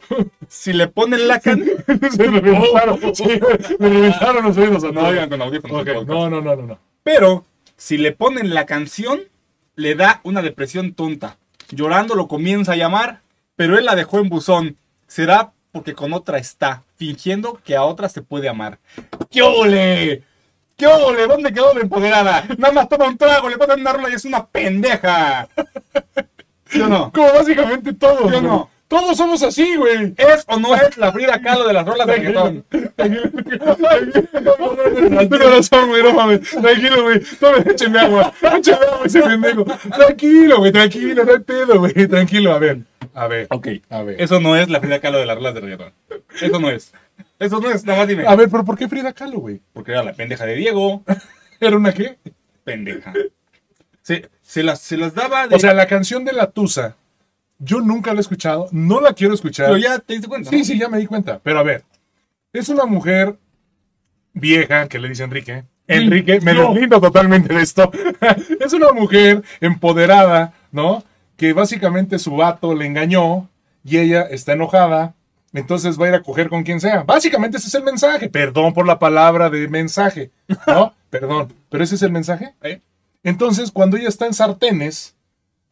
Speaker 1: si le ponen la can.
Speaker 2: Se me reventaron. Sí, me reventaron los oídos. a
Speaker 1: Oh. No
Speaker 2: todos.
Speaker 1: oigan con audífonos.
Speaker 2: Ok,
Speaker 1: el podcast.
Speaker 2: No, no, no, no, no.
Speaker 1: Pero si le ponen la canción, le da una depresión tonta. Llorando lo comienza a llamar, pero él la dejó en buzón. Será porque con otra está, fingiendo que a otra se puede amar. ¡Qué ole! ¡Qué ole! ¿Dónde quedó la empoderada? Nada más toma un trago, le ponen una rola y es una pendeja. ¿Sí o no?
Speaker 2: Como básicamente todos.
Speaker 1: Yo
Speaker 2: güey.
Speaker 1: no.
Speaker 2: Todos somos así, güey.
Speaker 1: ¿Es o no es la Frida Kahlo de las rolas de reggaetón?
Speaker 2: Tienes razón, güey, no mames. Tranquilo, güey. Tome, écheme agua. Écheme agua ese pendejo. Tranquilo, güey, tranquilo, no hay pedo, güey. Tranquilo, a ver. A ver.
Speaker 1: Ok.
Speaker 2: A ver.
Speaker 1: Eso no es la Frida Kahlo de las rolas de reggaetón. Eso no es. Eso no es, nada más dime.
Speaker 2: A ver, pero ¿por qué Frida Kahlo, güey?
Speaker 1: Porque era la pendeja de Diego.
Speaker 2: ¿Era una qué?
Speaker 1: Pendeja. Se, se las, se las daba de.
Speaker 2: O sea, la canción de La Tusa, yo nunca la he escuchado, no la quiero escuchar.
Speaker 1: pero ya te diste cuenta.
Speaker 2: Sí,
Speaker 1: ¿no?
Speaker 2: sí, ya me di cuenta. Pero a ver, es una mujer vieja, que le dice Enrique. Enrique, me
Speaker 1: yo.
Speaker 2: deslindo totalmente de esto. es una mujer empoderada, ¿no? Que básicamente su vato le engañó y ella está enojada. Entonces va a ir a coger con quien sea. Básicamente ese es el mensaje. Perdón por la palabra de mensaje, ¿no? Perdón. Pero ese es el mensaje.
Speaker 1: ¿Eh?
Speaker 2: Entonces, cuando ella está en sartenes,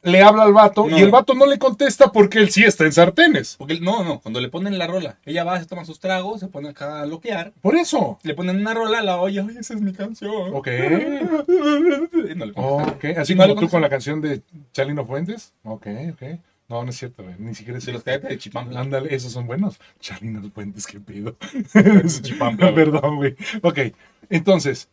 Speaker 2: le habla al vato
Speaker 1: No.
Speaker 2: y el vato no le contesta porque él sí está en sartenes.
Speaker 1: Porque, no, no, cuando le ponen la rola, ella va, se toma sus tragos, se pone acá a loquear,
Speaker 2: Por eso.
Speaker 1: le ponen una rola, la oye, oye, esa es mi canción.
Speaker 2: Ok.
Speaker 1: Y no le contesta.
Speaker 2: Ok, así
Speaker 1: No,
Speaker 2: como
Speaker 1: no,
Speaker 2: tú
Speaker 1: no.
Speaker 2: con la canción de Chalino Fuentes. Ok, ok. No, no es cierto, güey, Ni siquiera es
Speaker 1: De los
Speaker 2: cierto.
Speaker 1: cadetes de Chipampa.
Speaker 2: Ándale, esos son buenos. Chalino Fuentes, qué pido.
Speaker 1: Chipampa, güey.
Speaker 2: Perdón, güey. Ok, entonces,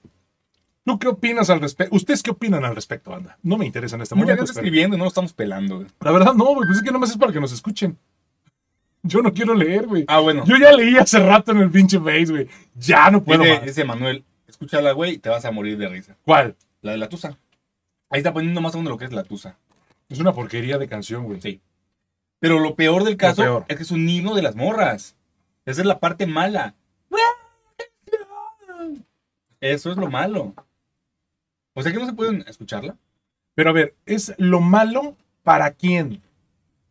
Speaker 2: ¿tú qué opinas al respecto? ¿Ustedes qué opinan al respecto, banda? No me interesan esta
Speaker 1: Mucha
Speaker 2: momento.
Speaker 1: gente
Speaker 2: pero-
Speaker 1: escribiendo, no lo estamos pelando. güey.
Speaker 2: La verdad, no, güey. Pues es que nomás es para que nos escuchen. Yo no quiero leer, güey.
Speaker 1: Ah, bueno.
Speaker 2: Yo ya leí hace rato en el pinche Face, güey. Ya no puedo
Speaker 1: dice,
Speaker 2: más.
Speaker 1: dice Manuel, escúchala, güey, te vas a morir de risa.
Speaker 2: ¿Cuál?
Speaker 1: La de la tusa. Ahí está poniendo más o menos lo que es la tusa.
Speaker 2: Es una porquería de canción, güey.
Speaker 1: Sí. Pero lo peor del caso
Speaker 2: peor.
Speaker 1: es que es un himno de las morras. Esa es la parte mala. Eso es lo malo. O sea que no se pueden escucharla.
Speaker 2: Pero a ver, es lo malo para quién.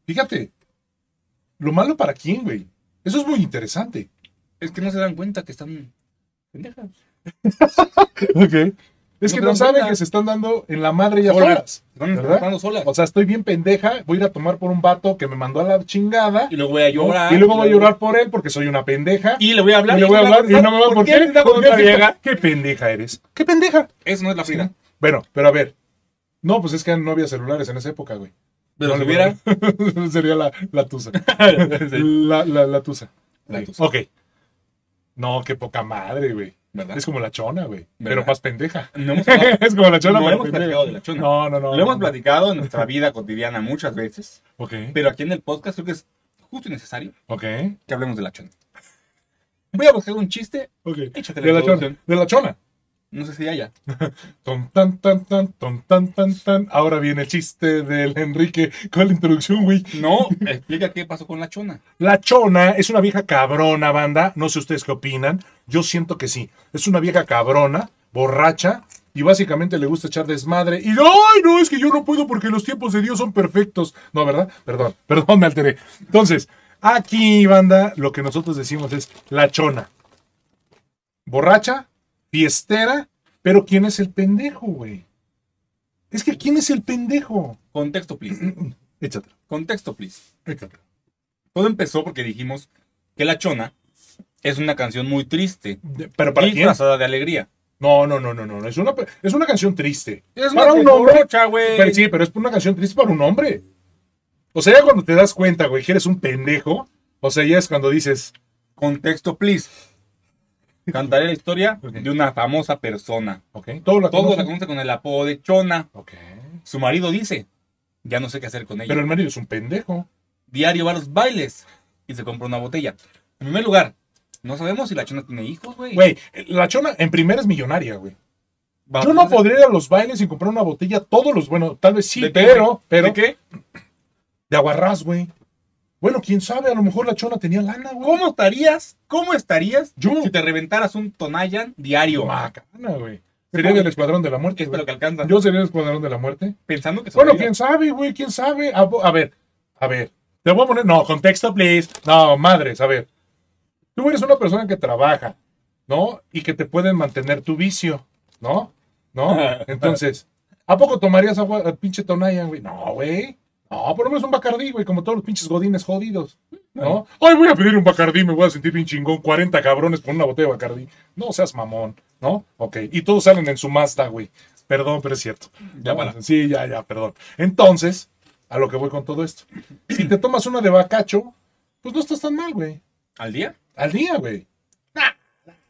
Speaker 2: Fíjate, lo malo para quién, güey. Eso es muy interesante.
Speaker 1: Es que no se dan cuenta que están pendejas.
Speaker 2: Ok. Es que
Speaker 1: No te
Speaker 2: no
Speaker 1: das
Speaker 2: saben
Speaker 1: cuenta.
Speaker 2: que se están dando en la madre ya
Speaker 1: Solas.
Speaker 2: afuera.
Speaker 1: Están
Speaker 2: ¿Verdad?
Speaker 1: tratando solas.
Speaker 2: O sea, estoy bien pendeja, voy a ir a tomar por un vato que me mandó a la chingada.
Speaker 1: Y luego voy a
Speaker 2: ¿no?
Speaker 1: llorar.
Speaker 2: Y luego voy a llorar por él porque soy una pendeja.
Speaker 1: Y le voy a hablar.
Speaker 2: Y le voy a
Speaker 1: me va
Speaker 2: hablar y no me
Speaker 1: contestar.
Speaker 2: va a ¿Por qué?
Speaker 1: te da
Speaker 2: ¿Por
Speaker 1: con otra
Speaker 2: qué?
Speaker 1: vieja?
Speaker 2: ¿Qué pendeja eres? ¿Qué pendeja?
Speaker 1: Eso no es la
Speaker 2: Sí.
Speaker 1: frida.
Speaker 2: Bueno, pero a ver. No, pues es que no había celulares en esa época, güey.
Speaker 1: Pero
Speaker 2: No,
Speaker 1: si
Speaker 2: no,
Speaker 1: hubiera.
Speaker 2: no. Sería la, la tusa. La, la, la tusa.
Speaker 1: La
Speaker 2: Ok.
Speaker 1: tusa.
Speaker 2: Ok. No, qué poca madre, güey.
Speaker 1: ¿Verdad?
Speaker 2: Es como la chona, güey. Pero
Speaker 1: ¿Verdad?
Speaker 2: más pendeja.
Speaker 1: No hemos hablado-
Speaker 2: es como la chona,
Speaker 1: no
Speaker 2: pero
Speaker 1: hemos
Speaker 2: pendeja.
Speaker 1: platicado de la chona.
Speaker 2: No, no, no.
Speaker 1: Lo hemos platicado en nuestra vida cotidiana muchas veces.
Speaker 2: Ok,
Speaker 1: Pero aquí en el podcast creo que es justo y necesario
Speaker 2: ok,
Speaker 1: que hablemos de la chona. Voy a buscar un chiste.
Speaker 2: ok.
Speaker 1: Échate
Speaker 2: De la chona. De la chona.
Speaker 1: No sé si haya.
Speaker 2: Ton, tan, tan, tan, ton, tan, tan, tan. Ahora viene el chiste del Enrique con la introducción, güey.
Speaker 1: No, explica qué pasó con la chona.
Speaker 2: La chona es una vieja cabrona, banda. No sé ustedes qué opinan. Yo siento que sí. Es una vieja cabrona, borracha. Y básicamente le gusta echar desmadre. Y ¡ay, no! Es que yo no puedo porque los tiempos de Dios son perfectos. No, ¿verdad? Perdón, perdón, me alteré. Entonces, aquí, banda, lo que nosotros decimos es la chona. Borracha, fiestera, pero ¿quién es el pendejo, güey? Es que ¿quién es el pendejo?
Speaker 1: Contexto, please.
Speaker 2: Échatelo,
Speaker 1: Contexto, please.
Speaker 2: échatelo.
Speaker 1: Todo empezó porque dijimos que la chona es una canción muy triste.
Speaker 2: De- Pero para quién?
Speaker 1: disfrazada de alegría.
Speaker 2: No, no, no, no, no. Es una, es una canción triste.
Speaker 1: Es
Speaker 2: Para un hombre.
Speaker 1: borracha, güey.
Speaker 2: Pero sí, pero es una canción triste para un hombre. O sea, ya cuando te das cuenta, güey, que eres un pendejo. O sea, ya es cuando dices,
Speaker 1: Contexto, please. Cantaré la historia
Speaker 2: Ok.
Speaker 1: de una famosa persona.
Speaker 2: ok, todo lo
Speaker 1: Todo la conoce con el apodo de Chona.
Speaker 2: Ok.
Speaker 1: Su marido dice, ya no sé qué hacer con ella.
Speaker 2: Pero el marido es un pendejo.
Speaker 1: Diario va a los bailes y se compra una botella. En primer lugar, no sabemos si la chona tiene hijos, güey.
Speaker 2: Güey, la chona en primera es millonaria, güey.
Speaker 1: Va-
Speaker 2: Yo no podría ir a los bailes sin comprar una botella todos los. Bueno, tal vez sí,
Speaker 1: ¿De qué?
Speaker 2: pero. pero
Speaker 1: ¿De qué?
Speaker 2: de aguarrás, güey. Bueno, quién sabe, a lo mejor la chona tenía lana, güey.
Speaker 1: ¿Cómo estarías? ¿Cómo estarías
Speaker 2: Yo.
Speaker 1: si te reventaras un Tonayan diario?
Speaker 2: Macana, güey. Sería del Escuadrón de la Muerte.
Speaker 1: es para
Speaker 2: güey.
Speaker 1: lo que alcanza.
Speaker 2: Yo sería del Escuadrón de la Muerte.
Speaker 1: Pensando que
Speaker 2: Bueno,
Speaker 1: sobrevive.
Speaker 2: quién sabe, güey, quién sabe. A, a ver, a ver. Te voy a poner. No, contexto, please. No, madres, a ver. Tú eres una persona que trabaja, ¿no? Y que te pueden mantener tu vicio, ¿no? ¿No? Entonces, ¿a poco tomarías agua al pinche Tonayan, güey? No, güey. No, por lo menos un Bacardí, güey, como todos los pinches godines jodidos, ¿no? Ay, voy a pedir un Bacardí, me voy a sentir bien chingón. 40 cabrones por una botella de Bacardí. No seas mamón, ¿no? Ok. Y todos salen en su Mazda, güey. Perdón, pero es cierto.
Speaker 1: Ya para.
Speaker 2: Sí, ya, ya, perdón. Entonces, a lo que voy con todo esto. Si te tomas una de bacacho, pues no estás tan mal, güey.
Speaker 1: ¿Al día?
Speaker 2: Al día, güey. Nah,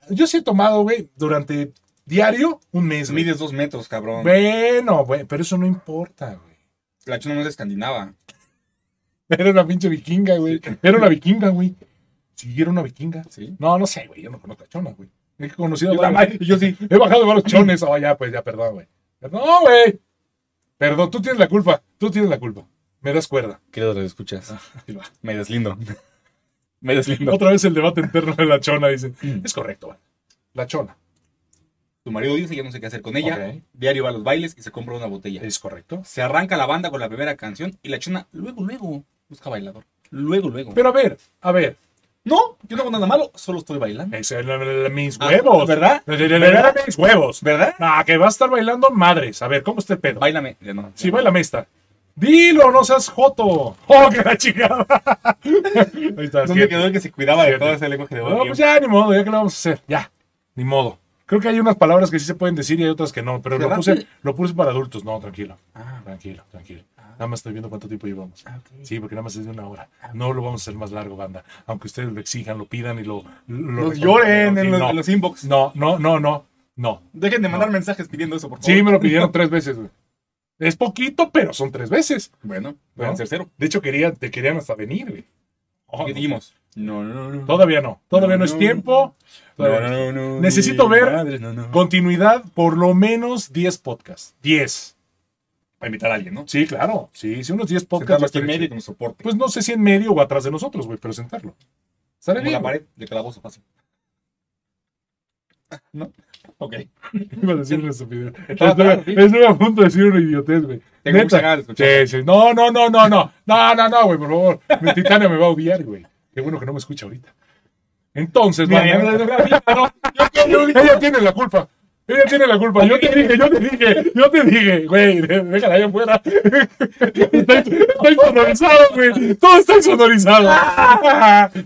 Speaker 2: Yo sí he tomado, güey, durante diario un mes. güey.
Speaker 1: Pues Mides dos metros, cabrón.
Speaker 2: Bueno, güey, pero eso no importa, güey.
Speaker 1: La chona no es escandinava.
Speaker 2: Era una pinche vikinga, güey. Era una vikinga, güey. Si era una vikinga.
Speaker 1: Sí.
Speaker 2: No, no sé, güey. Yo no conozco a Chona, güey. He conocido
Speaker 1: Yo,
Speaker 2: a varios-
Speaker 1: también, yo sí.
Speaker 2: He bajado varios chones. Oh, ya, pues ya, perdón, güey. No, güey. Perdón, tú tienes la culpa. Tú tienes la culpa. Me das cuerda.
Speaker 1: Queridos los escuchas.
Speaker 2: Ahí va.
Speaker 1: Ah, Me deslindo. Me deslindo.
Speaker 2: Otra vez el debate interno de la chona, dice.
Speaker 1: Mm.
Speaker 2: Es correcto, güey. La chona.
Speaker 1: Tu marido dice, ya no sé qué hacer con ella.
Speaker 2: Ok.
Speaker 1: Diario va a los bailes y se compra una botella.
Speaker 2: Es correcto.
Speaker 1: Se arranca la banda con la primera canción y la chona luego, luego busca bailador. Luego, luego.
Speaker 2: Pero a ver, a ver.
Speaker 1: no, yo no hago nada malo, solo estoy bailando.
Speaker 2: Es el- el- el- mis
Speaker 1: Ah,
Speaker 2: huevos.
Speaker 1: ¿verdad?
Speaker 2: El- el- el-
Speaker 1: ¿Verdad?
Speaker 2: Mis huevos.
Speaker 1: ¿Verdad?
Speaker 2: Ah, que va a estar bailando madres. A ver, ¿cómo está el pedo?
Speaker 1: Báilame. Ya no,
Speaker 2: Sí, bailame esta. Dilo, no seas joto. Oh, que la chingada. Ahí está.
Speaker 1: ¿Dónde
Speaker 2: siete.
Speaker 1: quedó el que se cuidaba de
Speaker 2: Siete.
Speaker 1: todo ese lenguaje de
Speaker 2: No,
Speaker 1: odio?
Speaker 2: pues ya, ni modo, ya que lo vamos a hacer. Ya, ni modo. Creo que hay unas palabras que sí se pueden decir y hay otras que no, pero lo
Speaker 1: ¿Verdad?
Speaker 2: puse, lo puse para adultos. No, tranquilo,
Speaker 1: Ah,
Speaker 2: tranquilo, tranquilo.
Speaker 1: Ah.
Speaker 2: Nada más estoy viendo cuánto tiempo llevamos.
Speaker 1: ah, ok. Ah,
Speaker 2: Sí, porque nada más es de una hora. No lo vamos a hacer más largo, banda. Aunque ustedes lo exijan, lo pidan y lo... lo-
Speaker 1: Los lloren en los,
Speaker 2: No,
Speaker 1: en los inbox.
Speaker 2: no, no, no, no. no.
Speaker 1: Dejen de mandar mensajes pidiendo eso, por favor.
Speaker 2: Sí, me lo pidieron tres veces, güey. Es poquito, pero son tres veces.
Speaker 1: Bueno,
Speaker 2: ¿No?
Speaker 1: pueden ser cero.
Speaker 2: De hecho, querían, te querían hasta venir, güey. Oh,
Speaker 1: ¿Qué dijimos? No, no, no.
Speaker 2: Todavía no. Todavía no, es
Speaker 1: No.
Speaker 2: tiempo. Todavía no es
Speaker 1: No, no, no,
Speaker 2: Necesito
Speaker 1: mi
Speaker 2: ver
Speaker 1: madre, no, no.
Speaker 2: Continuidad, por lo menos 10 podcasts. 10.
Speaker 1: Para invitar a alguien, ¿no?
Speaker 2: Sí, claro. Sí, sí, unos 10 podcasts.
Speaker 1: Sentarlo
Speaker 2: va a
Speaker 1: aquí en
Speaker 2: estar
Speaker 1: medio
Speaker 2: chido.
Speaker 1: con soporte.
Speaker 2: Pues no sé si en medio o atrás de nosotros, güey, pero sentarlo. Estaré
Speaker 1: Como
Speaker 2: bien.
Speaker 1: la
Speaker 2: güey.
Speaker 1: pared de calabozo fácil. ¿No? Ok.
Speaker 2: Iba a decir una estupidez.
Speaker 1: Estaba
Speaker 2: Estuve-
Speaker 1: atrás, sí.
Speaker 2: Estuve a punto de decir una idiotez, güey.
Speaker 1: Tengo muchas
Speaker 2: Neta.
Speaker 1: ganas de escuchar.
Speaker 2: Sí, sí. No, no, no, no, no. No, no, no, güey, por favor. Mi titania me va a odiar, güey. Qué bueno que no me escucha ahorita. Entonces,
Speaker 1: Mira,
Speaker 2: banda-
Speaker 1: ya me la- ya me la- yo quería un-
Speaker 2: Ella tiene la culpa. Ella tiene la culpa. Yo te dije, yo te dije, yo te dije, güey, de- déjala ahí afuera. Está, está insonorizado, güey. Todo está insonorizado.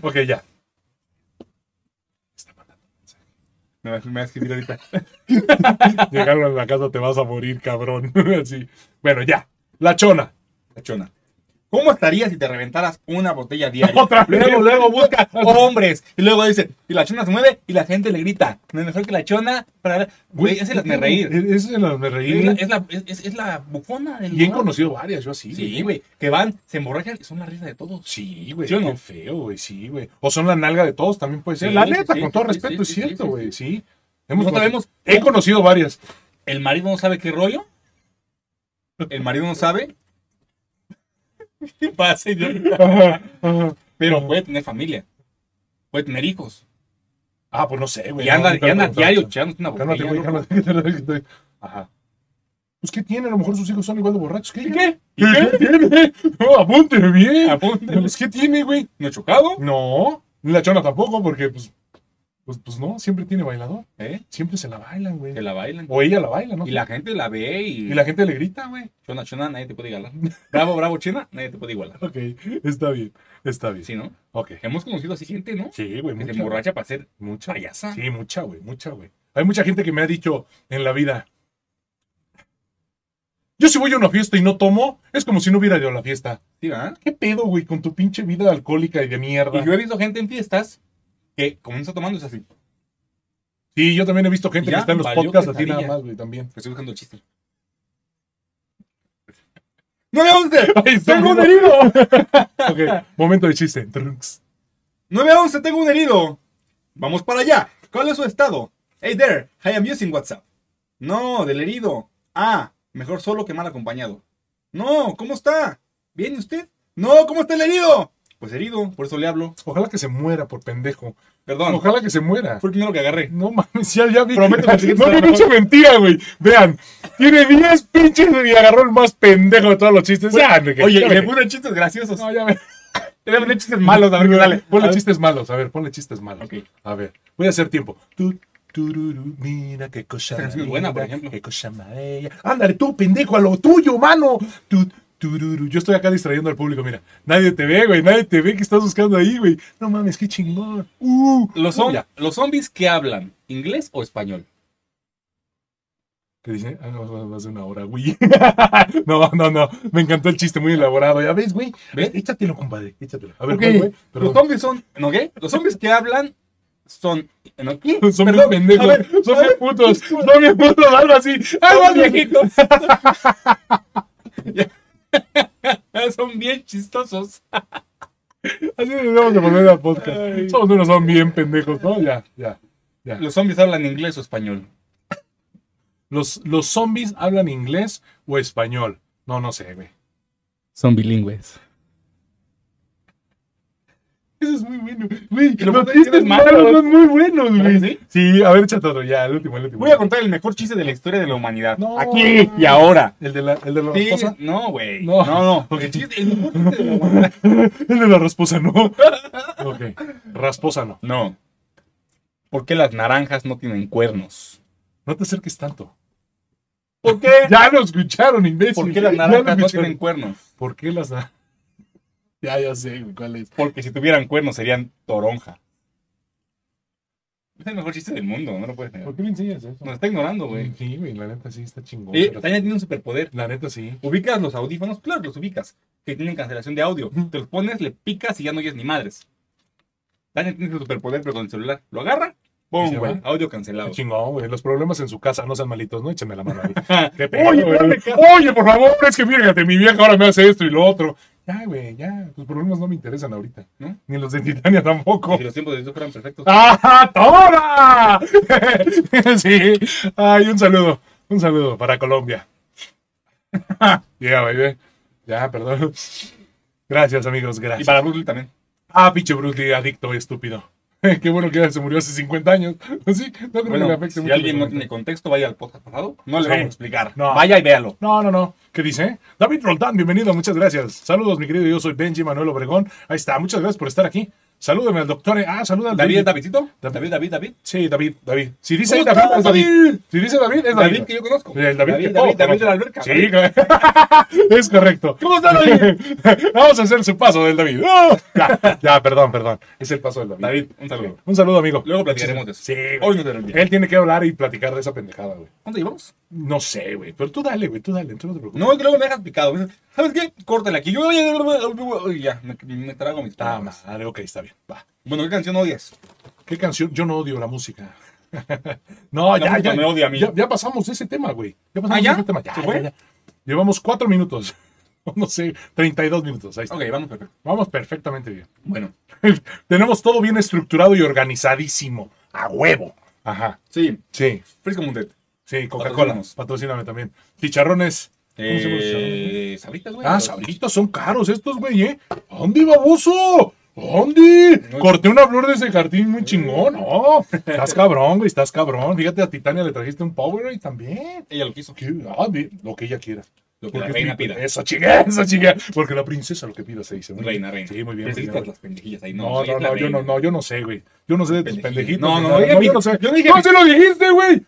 Speaker 2: ok, ya. Está mandando.
Speaker 1: Me va- me va a escribir ahorita.
Speaker 2: Llegaron a la casa, te vas a morir, cabrón. Así. Bueno, ya. La chona.
Speaker 1: Cachona. ¿Cómo estaría si te reventaras una botella diaria?
Speaker 2: Otra vez.
Speaker 1: Luego, luego busca hombres. Y luego dice, y la chona se mueve y la gente le grita. No es mejor que la chona. Para... Güey, es el hazme reír.
Speaker 2: Es el hazme
Speaker 1: Es la,
Speaker 2: reír.
Speaker 1: es la, es- es- es la bufona del
Speaker 2: Y he
Speaker 1: lugar.
Speaker 2: conocido varias, yo así.
Speaker 1: Sí, güey. Que van, se emborrachan y son la risa de todos.
Speaker 2: Sí, güey.
Speaker 1: ¿Sí o no?
Speaker 2: Qué feo, güey. Sí, güey. O son la nalga de todos, también puede ser.
Speaker 1: Sí,
Speaker 2: la
Speaker 1: sí,
Speaker 2: neta,
Speaker 1: sí,
Speaker 2: con
Speaker 1: sí,
Speaker 2: todo
Speaker 1: sí,
Speaker 2: respeto,
Speaker 1: sí,
Speaker 2: es
Speaker 1: sí,
Speaker 2: cierto,
Speaker 1: sí,
Speaker 2: güey. Sí.
Speaker 1: No
Speaker 2: conocido-
Speaker 1: sabemos.
Speaker 2: He conocido varias.
Speaker 1: El marido no sabe qué rollo. El marido no sabe. ¿Qué pasa, señor? Pero puede tener familia. Puede tener hijos.
Speaker 2: Ah, pues no sé, güey.
Speaker 1: Y anda,
Speaker 2: No,
Speaker 1: y anda
Speaker 2: nunca
Speaker 1: diario
Speaker 2: lo he
Speaker 1: echando una
Speaker 2: preguntado. Cálmate,
Speaker 1: botella.
Speaker 2: güey,
Speaker 1: loco.
Speaker 2: cálmate. cálmate, cálmate.
Speaker 1: Ajá.
Speaker 2: Pues, ¿qué tiene? A lo mejor sus hijos son igual de borrachos. ¿Qué?
Speaker 1: qué?
Speaker 2: ¿Y qué tiene? No, apúntele bien.
Speaker 1: Apúntele.
Speaker 2: Pues, ¿qué tiene, güey?
Speaker 1: ¿No he chocado?
Speaker 2: No. La chona tampoco, porque, pues, pues, pues no. Siempre tiene bailador.
Speaker 1: ¿Eh?
Speaker 2: Siempre se la bailan, güey.
Speaker 1: Que la bailan.
Speaker 2: O ella la baila, ¿no?
Speaker 1: Y la gente la ve y...
Speaker 2: Y la gente le grita, güey.
Speaker 1: Chona, chona, nadie te puede igualar. Bravo, bravo, china, nadie te puede igualar.
Speaker 2: Ok, está bien. Está bien.
Speaker 1: Sí, ¿no?
Speaker 2: Ok.
Speaker 1: Hemos conocido así gente, ¿no?
Speaker 2: Sí, güey,
Speaker 1: Que se
Speaker 2: mucha.
Speaker 1: emborracha para ser
Speaker 2: Mucha.
Speaker 1: payasa.
Speaker 2: Sí, mucha, güey, mucha, güey. Hay mucha gente que me ha dicho en la vida. Yo si voy a una fiesta y no tomo, es como si no hubiera ido a la fiesta.
Speaker 1: Sí, ¿verdad?
Speaker 2: ¿Qué pedo, güey, con tu pinche vida alcohólica y de mierda?
Speaker 1: Y yo he visto gente en fiestas que comienza tomando es así.
Speaker 2: sí, yo también he visto gente
Speaker 1: Ya,
Speaker 2: que está en los
Speaker 1: valió
Speaker 2: podcasts así
Speaker 1: quesadilla.
Speaker 2: nada más, güey, también.
Speaker 1: Estoy buscando el chiste. ¡911!
Speaker 2: ¡Tengo un herido! ok, momento de chiste. Trunks.
Speaker 1: 911, tengo un herido. Vamos para allá. ¿Cuál es su estado? Hey there, I am using WhatsApp. No, del herido. Ah, mejor solo que mal acompañado. No, ¿cómo está? ¿Bien ¿y usted? No, ¿cómo está el herido? Pues herido, por eso le hablo.
Speaker 2: Ojalá que se muera por pendejo.
Speaker 1: Perdón,
Speaker 2: Ojalá que se muera.
Speaker 1: fue el primero que agarré.
Speaker 2: No mames, ya, ya vi.
Speaker 1: Prometo que el siguiente
Speaker 2: no,
Speaker 1: será
Speaker 2: no, pinche mentira, güey. Vean, tiene 10 pinches y agarró el más pendejo de todos los chistes. Ya, Enrique,
Speaker 1: Oye,
Speaker 2: ya
Speaker 1: y le
Speaker 2: ve.
Speaker 1: puse chistes graciosos.
Speaker 2: No, ya ve.
Speaker 1: Le puse chistes malos, a ver qué sale.
Speaker 2: Ponle
Speaker 1: A ver.
Speaker 2: chistes malos, a ver, ponle chistes malos.
Speaker 1: Ok.
Speaker 2: A ver, voy a hacer tiempo. Tu, tururú, mira qué
Speaker 1: Esta
Speaker 2: cosa más
Speaker 1: canción es buena, por ejemplo.
Speaker 2: Qué cosa más bella. Ándale tú, pendejo, a lo tuyo, mano. Tu, tururú. Yo estoy acá distrayendo al público, mira. Nadie te ve, güey. Nadie te ve que estás buscando ahí, güey. No mames, qué chingón. Uh,
Speaker 1: Los,
Speaker 2: uh,
Speaker 1: zom-
Speaker 2: ya.
Speaker 1: los zombies que hablan, ¿inglés o español?
Speaker 2: Que dice, ah, no, más de una hora, güey. no, no, no. Me encantó el chiste, muy elaborado. Ya ves, güey. Eh,
Speaker 1: ¿Ves?
Speaker 2: Échatelo, compadre. Échatelo. A ver,
Speaker 1: Ok, pues
Speaker 2: güey, güey.
Speaker 1: Los
Speaker 2: Perdón.
Speaker 1: zombies son. ¿No qué? Los zombies que hablan son. ¿No qué?
Speaker 2: Son bien
Speaker 1: Perdón,
Speaker 2: pendejos,
Speaker 1: a ver,
Speaker 2: son
Speaker 1: a
Speaker 2: bien putos, son bien putos, algo así, algo
Speaker 1: Son
Speaker 2: así.
Speaker 1: viejitos. son bien chistosos.
Speaker 2: Así deberíamos de volver al podcast. Somos unos son bien pendejos, ¿no? Ya, ya.
Speaker 1: ¿Los zombies hablan inglés o español?
Speaker 2: ¿Los, los zombies hablan inglés o español? No, no sé, güey.
Speaker 3: Son bilingües.
Speaker 2: Eso es muy bueno. Güey,
Speaker 1: Y lo
Speaker 2: los
Speaker 1: bueno es que
Speaker 2: chistes
Speaker 1: eres malo.
Speaker 2: pues, malos son muy buenos, güey.
Speaker 1: ¿Sí?
Speaker 2: Sí, a ver, échate otro, ya, el último, el último.
Speaker 1: Voy a contar el mejor chiste de la historia de la humanidad.
Speaker 2: No.
Speaker 1: Aquí y ahora.
Speaker 2: ¿El de la, el de la
Speaker 1: Sí,
Speaker 2: rasposa?
Speaker 1: no, güey.
Speaker 2: No.
Speaker 1: No, no. El, chiste- el mejor chiste de la humanidad.
Speaker 2: El de la rasposa, no. Ok, rasposa no.
Speaker 1: No. ¿Por qué las naranjas no tienen cuernos?
Speaker 2: No te acerques tanto.
Speaker 1: ¿Por qué?
Speaker 2: Ya lo escucharon, imbécil.
Speaker 1: ¿Por qué las
Speaker 2: Ya lo
Speaker 1: naranjas no
Speaker 2: escucharon.
Speaker 1: tienen cuernos?
Speaker 2: ¿Por qué las na- Ya, ya sé, güey, cuál es.
Speaker 1: Porque si tuvieran cuernos serían toronja. Es el mejor chiste del mundo, no lo puedes negar.
Speaker 2: ¿Por qué me enseñas eso?
Speaker 1: Nos está ignorando, güey.
Speaker 2: Sí, güey, la neta sí está chingón.
Speaker 1: Eh,
Speaker 2: pero-
Speaker 1: Tania tiene un superpoder.
Speaker 2: La neta sí.
Speaker 1: ¿Ubicas los audífonos? Claro, los ubicas. Que tienen cancelación de audio. Te los pones, le picas y ya no oyes ni madres. Tania tiene su superpoder, pero con el celular. Lo agarra,
Speaker 2: ¿Y
Speaker 1: ¡pum,
Speaker 2: se
Speaker 1: güey!
Speaker 2: va? Ah,
Speaker 1: Audio
Speaker 2: Está
Speaker 1: cancelado.
Speaker 2: chingón, güey. Los problemas en su casa no sean malitos, ¿no? Échame la mano ahí. Qué pedo,
Speaker 1: Oye,
Speaker 2: güey.
Speaker 1: ponme
Speaker 2: Oye, por favor, es que fíjate, mi vieja ahora me hace esto y lo otro. Ya, güey, ya. Tus problemas no me interesan ahorita.
Speaker 1: ¿No?
Speaker 2: Ni los de Titania tampoco.
Speaker 1: Si los tiempos de Dios fueran perfectos.
Speaker 2: Ah, ¡Ajá, toma! ¡Ah, sí. Ay, un saludo. Un saludo para Colombia. ya, baby. Ya, perdón. Gracias, amigos.
Speaker 1: Y
Speaker 2: Gracias.
Speaker 1: para Bruce Lee también.
Speaker 2: Ah, pinche Bruce Lee, adicto, estúpido. Qué bueno que ya se murió hace 50 años. Sí, no creo que le
Speaker 1: Bueno,
Speaker 2: afecte
Speaker 1: si
Speaker 2: mucho.
Speaker 1: alguien no
Speaker 2: los
Speaker 1: tiene contexto, vaya al podcast pasado. No le
Speaker 2: Sí.
Speaker 1: vamos a explicar.
Speaker 2: No.
Speaker 1: Vaya y véalo.
Speaker 2: No, no, no. ¿Qué dice? David Roldán, bienvenido, muchas gracias. Saludos, mi querido. Yo soy Benji Manuel Obregón. Ahí está, muchas gracias por estar aquí. Salúdame al doctor. Ah, saluda al
Speaker 1: David,
Speaker 2: Benji.
Speaker 1: ¿es Davidcito?
Speaker 2: David.
Speaker 1: David, David, David.
Speaker 2: Sí, David, David. Si dice
Speaker 1: ¿Cómo
Speaker 2: David,
Speaker 1: estás,
Speaker 2: es David.
Speaker 1: David?
Speaker 2: Si dice David, es David.
Speaker 1: David que yo conozco.
Speaker 2: El David, que
Speaker 1: David,
Speaker 2: todos
Speaker 1: David, David de la alberca.
Speaker 2: conocen. Sí, claro. es correcto.
Speaker 1: ¿Cómo está David?
Speaker 2: Vamos a hacer su paso del David. ¡Oh! Ya, ya, perdón, perdón. Es el paso del David.
Speaker 1: David, un saludo.
Speaker 2: Un saludo, amigo.
Speaker 1: Luego platicaremos de eso.
Speaker 2: Sí, güey.
Speaker 1: Hoy no te lo olvides.
Speaker 2: Él tiene que hablar y platicar de esa pendejada, güey.
Speaker 1: ¿Cuánto llevamos?
Speaker 2: No sé, güey. Pero tú dale, güey. Tú dale. Tú no te preocupes.
Speaker 1: No, es que luego me dejas picado. Me dices, ¿Sabes qué? Córtale aquí. Yo Ay, ya, me, me trago mis
Speaker 2: Está
Speaker 1: palabras.
Speaker 2: madre. Ah, Ok, está bien. Va.
Speaker 1: Bueno, ¿qué canción odias?
Speaker 2: ¿Qué canción? Yo no odio la música. no,
Speaker 1: Ah, La
Speaker 2: ya,
Speaker 1: música
Speaker 2: ya,
Speaker 1: me odia a mí.
Speaker 2: Ya, ya pasamos de ese tema, güey. Ya pasamos
Speaker 1: ¿Ah, ya?
Speaker 2: de ese tema. Ya,
Speaker 1: ¿Se fue?
Speaker 2: ya, ya. Llevamos cuatro minutos. No sé, 32 minutos. Ahí está.
Speaker 1: Ok, vamos, perfecto.
Speaker 2: Vamos perfectamente bien.
Speaker 1: Bueno,
Speaker 2: Tenemos todo bien estructurado y organizadísimo. A huevo. Ajá.
Speaker 1: sí,
Speaker 2: Sí.
Speaker 1: Frisco Mundet.
Speaker 2: Sí, Coca-Cola.
Speaker 1: Patrocínanos.
Speaker 2: Patrocíname también. Chicharrones. ¿Cómo se llaman los chicharrones?
Speaker 1: Eh, ¿Sabritas, güey?
Speaker 2: Ah, sabritas, son caros estos, güey, ¿eh? ¿Dónde, baboso? ¿Dónde?
Speaker 1: No,
Speaker 2: Corté una flor de ese jardín muy chingón. No, estás cabrón, güey, estás cabrón. Fíjate, a Titania le trajiste un Powerade también.
Speaker 1: Ella lo quiso.
Speaker 2: ¿Qué? Ah, di- lo que ella quiera.
Speaker 1: Lo que la
Speaker 2: es
Speaker 1: reina
Speaker 2: mi-
Speaker 1: pida.
Speaker 2: Eso, chinga, eso, chinga. Porque la princesa lo que pida se dice. muy bien.
Speaker 1: Reina, reina.
Speaker 2: Sí, muy bien.
Speaker 1: Pero
Speaker 2: muy
Speaker 1: sí
Speaker 2: bien,
Speaker 1: estás
Speaker 2: güey.
Speaker 1: las pendejillas ahí.
Speaker 2: No,
Speaker 1: No,
Speaker 2: no, no, yo no, no, yo no sé, güey. Yo no sé de tus
Speaker 1: Pendejillo.
Speaker 2: pendejitos.
Speaker 1: No,
Speaker 2: ni
Speaker 1: no,
Speaker 2: nada.
Speaker 1: ella
Speaker 2: yo
Speaker 1: dijo-
Speaker 2: no sé.
Speaker 1: yo dije
Speaker 2: No
Speaker 1: que-
Speaker 2: se lo dijiste, güey.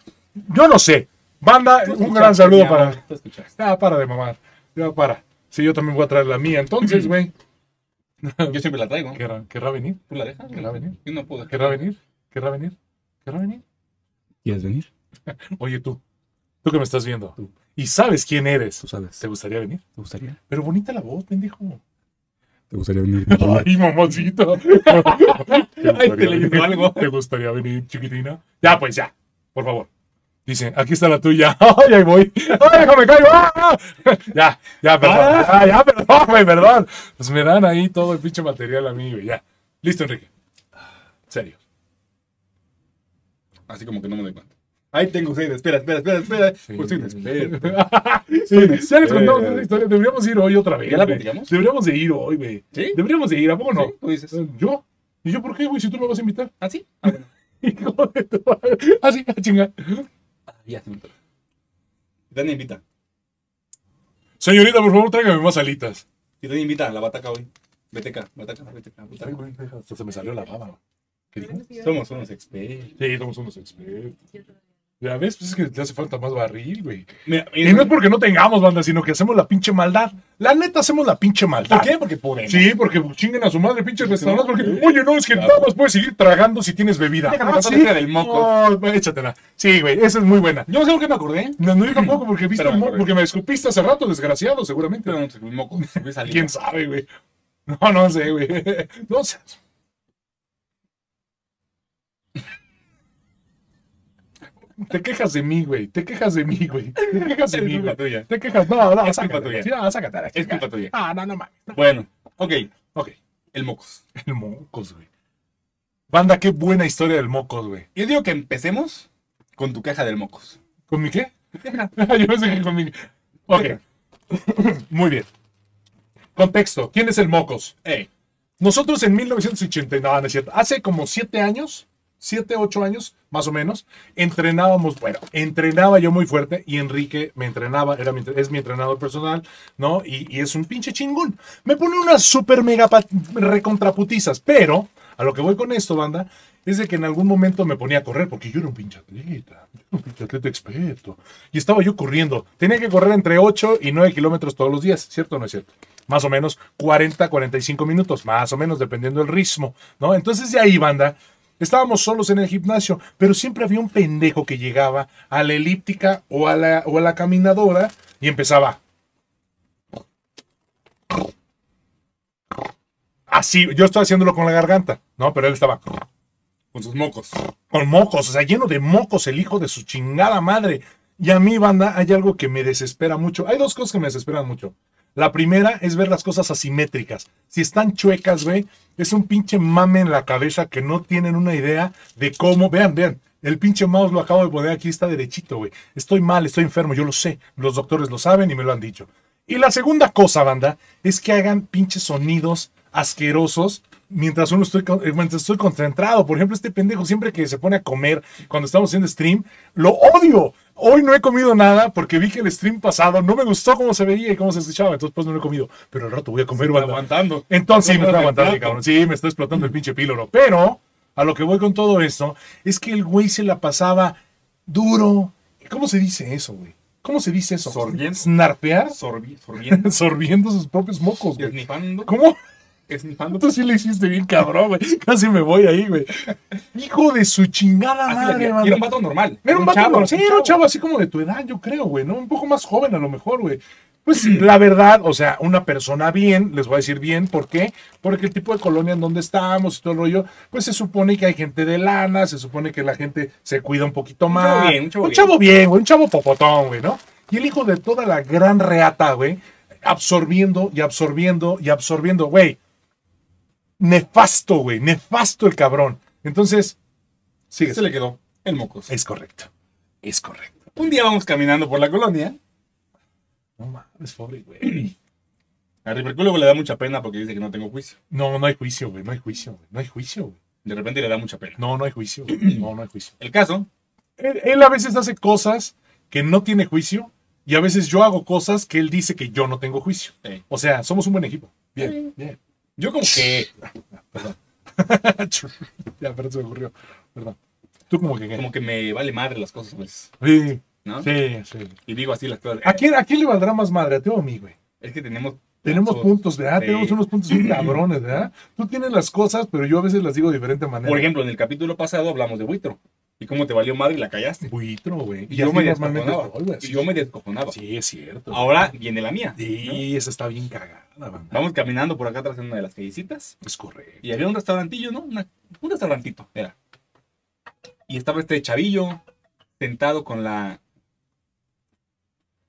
Speaker 2: Yo no sé. Banda, un gran saludo para...
Speaker 1: Tú escuchaste.
Speaker 2: Ya, Ah, para de mamar. Ya, para. Sí, yo también voy a traer la mía. Entonces, güey.
Speaker 1: Yo siempre la traigo.
Speaker 2: ¿Querrá, querrá venir?
Speaker 1: ¿Tú la dejas?
Speaker 2: ¿Querrá venir?
Speaker 1: Yo no puedo.
Speaker 2: ¿Querrá venir? ¿Querrá venir? ¿Querrá venir?
Speaker 3: ¿Quieres venir?
Speaker 2: Oye, tú. Tú que me estás viendo. Y sabes quién eres.
Speaker 3: Tú sabes.
Speaker 2: ¿Te
Speaker 3: ¿Te
Speaker 2: gustaría venir?
Speaker 3: gustaría?
Speaker 2: Pero bonita la voz, pendejo.
Speaker 3: ¿Te gustaría venir?
Speaker 2: Ay, mamacito. Ay, te le digo algo. ¿Te gustaría venir, chiquitina? Ya, pues, ya. Por favor. Dice, aquí está la tuya. Ay, ahí voy. Ay, déjame caigo. Ah. Ya, ya, perdón. Ya, ya, perdón, güey, perdón. Pues me dan ahí todo el pinche material a mí, güey. Ya. Listo, Enrique. Serio.
Speaker 1: Así como que no me doy cuenta. Ahí tengo ustedes. Espera, espera, espera, espera. Pues soy un experto.
Speaker 2: Sí, Eh. ya les contamos esa historia. Deberíamos ir hoy otra vez.
Speaker 1: ¿Ya la
Speaker 2: güey.
Speaker 1: platicamos?
Speaker 2: Deberíamos de ir hoy, güey.
Speaker 1: ¿Sí?
Speaker 2: Deberíamos de ir, ¿a poco no?
Speaker 1: ¿Sí? ¿Tú dices?
Speaker 2: ¿Yo? ¿Y yo por qué, güey? Si tú me vas a invitar.
Speaker 1: ¿Ah, sí? Ah, bueno.
Speaker 2: Hijo de tu madre. Ah, sí, ah, chinga.
Speaker 1: Ya, sí. Titania invita.
Speaker 2: Señorita, por favor, tráigame más alitas.
Speaker 1: Titania invita a la bataca hoy. Beteca, bataca, beteca, bataca.
Speaker 2: Hasta se me salió la baba. ¿Qué dijo?
Speaker 1: Somos unos expertos.
Speaker 2: Sí, somos unos expertos. Ya ves, pues es que te hace falta más barril, güey.
Speaker 1: Mira,
Speaker 2: Y
Speaker 1: mira,
Speaker 2: no es porque no tengamos banda, sino que hacemos la pinche maldad. La neta, hacemos la pinche maldad.
Speaker 1: ¿Por qué? Porque podemos.
Speaker 2: Sí, porque chinguen a su madre, pinches restaurantes. Porque, oye, no, es que nada más puedes seguir tragando si tienes bebida.
Speaker 1: Déjame
Speaker 2: Ah,
Speaker 1: contar la
Speaker 2: ¿sí?
Speaker 1: historia del moco.
Speaker 2: Oh, bueno, échatela. Sí, güey, esa es muy buena.
Speaker 1: Yo no sé por qué me acordé.
Speaker 2: No, no, yo tampoco, porque, viste
Speaker 1: Pero me
Speaker 2: mo-
Speaker 1: acordé.
Speaker 2: porque me escupiste hace rato, desgraciado, seguramente.
Speaker 1: Pero no te mi moco. subí saliva.
Speaker 2: ¿Quién sabe, güey? No, no sé, güey. No sé. Te quejas de mí, güey. Te quejas de mí, güey. Te quejas de
Speaker 1: Es
Speaker 2: mí,
Speaker 1: culpa
Speaker 2: güey.
Speaker 1: tuya.
Speaker 2: Te quejas. No, no,
Speaker 1: Es
Speaker 2: sácate.
Speaker 1: culpa tuya.
Speaker 2: Sí, no, sácate. a la
Speaker 1: Es
Speaker 2: chingada.
Speaker 1: culpa tuya.
Speaker 2: Ah, no, no mames.
Speaker 1: Bueno, ok.
Speaker 2: Ok.
Speaker 1: El Mocos.
Speaker 2: El Mocos, güey. Banda, qué buena historia del Mocos, güey.
Speaker 1: Yo digo que empecemos con tu caja del Mocos.
Speaker 2: ¿Con mi qué? Yo pensé que con mi... Ok. Muy bien. Contexto. ¿Quién es el Mocos?
Speaker 1: Ey,
Speaker 2: Nosotros en 1980, no, no es cierto, hace como siete años, siete, ocho años, más o menos, entrenábamos, bueno, entrenaba yo muy fuerte y Enrique me entrenaba, era mi, es mi entrenador personal, ¿no? Y, y es un pinche chingón. Me pone unas super mega pa- recontraputizas, pero a lo que voy con esto, banda, es de que en algún momento me ponía a correr, porque yo era un pinche atleta, yo era un pinche atleta experto. Y estaba yo corriendo. Tenía que correr entre 8 y 9 kilómetros todos los días, ¿cierto o no es cierto? Más o menos 40, 45 minutos, más o menos, dependiendo del ritmo, ¿no? Entonces de ahí, banda, estábamos solos en el gimnasio, pero siempre había un pendejo que llegaba a la elíptica o a la, o a la caminadora y empezaba. Así, yo estaba haciéndolo con la garganta, ¿no? Pero él estaba
Speaker 1: con sus mocos.
Speaker 2: con mocos, o sea, lleno de mocos el hijo de su chingada madre. Y a mí, banda, hay algo que me desespera mucho. Hay dos cosas que me desesperan mucho. La primera es ver las cosas asimétricas. Si están chuecas, güey, es un pinche mame en la cabeza que no tienen una idea de cómo. Vean, vean, el pinche mouse lo acabo de poner aquí, está derechito, güey. Estoy mal, estoy enfermo, yo lo sé. Los doctores lo saben y me lo han dicho. Y la segunda cosa, banda, es que hagan pinches sonidos asquerosos mientras uno estoy, con- eh, mientras estoy concentrado. Por ejemplo, este pendejo siempre que se pone a comer cuando estamos haciendo stream, lo odio. Hoy no he comido nada porque vi que el stream pasado no me gustó cómo se veía y cómo se escuchaba. Entonces, pues no lo he comido. Pero al rato voy a comer, banda.
Speaker 1: aguantando.
Speaker 2: Entonces, sí, me
Speaker 1: Aguantando
Speaker 2: está
Speaker 1: el
Speaker 2: aguantando,
Speaker 1: plato.
Speaker 2: cabrón. Sí, me está explotando el pinche píloro. Pero a lo que voy con todo esto es que el güey se la pasaba duro. ¿Cómo se dice eso, güey? ¿Cómo se dice eso?
Speaker 1: Sorbiendo.
Speaker 2: ¿Snarpear?
Speaker 1: Sorbi- sorbiendo,
Speaker 2: Sorbiendo sus propios mocos, güey.
Speaker 1: esnifando,
Speaker 2: ¿Cómo?
Speaker 1: esnifando.
Speaker 2: Tú sí le hiciste bien cabrón, güey. Casi me voy ahí, güey. Hijo de su chingada
Speaker 1: Así le-
Speaker 2: madre,
Speaker 1: y
Speaker 2: man.
Speaker 1: era un vato normal.
Speaker 2: Era un vato,
Speaker 1: chavo,
Speaker 2: sí, era un chavo así como de tu edad, yo creo, güey, ¿no? Un poco más joven a lo mejor, güey. Pues la verdad, o sea, una persona bien, les voy a decir bien, ¿por qué? Porque el tipo de colonia en donde estamos y todo el rollo, pues se supone que hay gente de lana, se supone que la gente se cuida un poquito
Speaker 1: Un
Speaker 2: más.
Speaker 1: chavo bien, un chavo
Speaker 2: un chavo bien, güey, un chavo popotón, güey, ¿no? Y el hijo de toda la gran reata, güey, absorbiendo y absorbiendo y absorbiendo, güey. Nefasto, güey, nefasto el cabrón. Entonces, sigue.
Speaker 1: Se le quedó el mocos.
Speaker 2: Es correcto, es correcto.
Speaker 1: Un día vamos caminando por la colonia.
Speaker 2: No mames, pobre güey.
Speaker 1: A Ripercúlogo le da mucha pena porque dice que no tengo juicio.
Speaker 2: No, no hay juicio, güey. No hay juicio, güey. No hay juicio, güey.
Speaker 1: De repente le da mucha pena.
Speaker 2: No, no hay juicio, güey. No, no hay juicio.
Speaker 1: El caso,
Speaker 2: Él, él a veces hace cosas que no tiene juicio y a veces yo hago cosas que él dice que yo no tengo juicio.
Speaker 1: eh,
Speaker 2: O sea, somos un buen equipo. Bien, bien. Ah,
Speaker 1: yo como que,
Speaker 2: ya, pero se me ocurrió. Perdón. Tú como que...
Speaker 1: como que me vale madre las cosas, pues,
Speaker 2: Sí,
Speaker 1: ¿no?
Speaker 2: sí, sí.
Speaker 1: Y digo así las cosas.
Speaker 2: ¿A quién, ¿A quién le valdrá más madre? ¿A ti o a mí, güey?
Speaker 1: Es que tenemos...
Speaker 2: Tenemos
Speaker 1: lazos.
Speaker 2: puntos, ¿verdad?
Speaker 1: Sí.
Speaker 2: Tenemos unos puntos muy cabrones, ¿verdad? Tú tienes las cosas, pero yo a veces las digo de diferente manera.
Speaker 1: Por ejemplo, en el capítulo pasado hablamos de buitro. Y cómo te valió madre y la callaste.
Speaker 2: buitro, güey.
Speaker 1: Y, yo,
Speaker 2: así
Speaker 1: me
Speaker 2: normalmente
Speaker 1: descojonaba.
Speaker 2: estoy, güey,
Speaker 1: Y
Speaker 2: así.
Speaker 1: yo me descojonaba.
Speaker 2: Sí, es cierto.
Speaker 1: Ahora viene la mía. ¿no?
Speaker 2: Sí, esa está bien cagada, banda.
Speaker 1: Vamos caminando por acá atrás en una de las callecitas.
Speaker 2: Es correcto.
Speaker 1: Y había un restaurantillo, ¿no? Una- un restaurantito, era. Y estaba este chavillo sentado con la.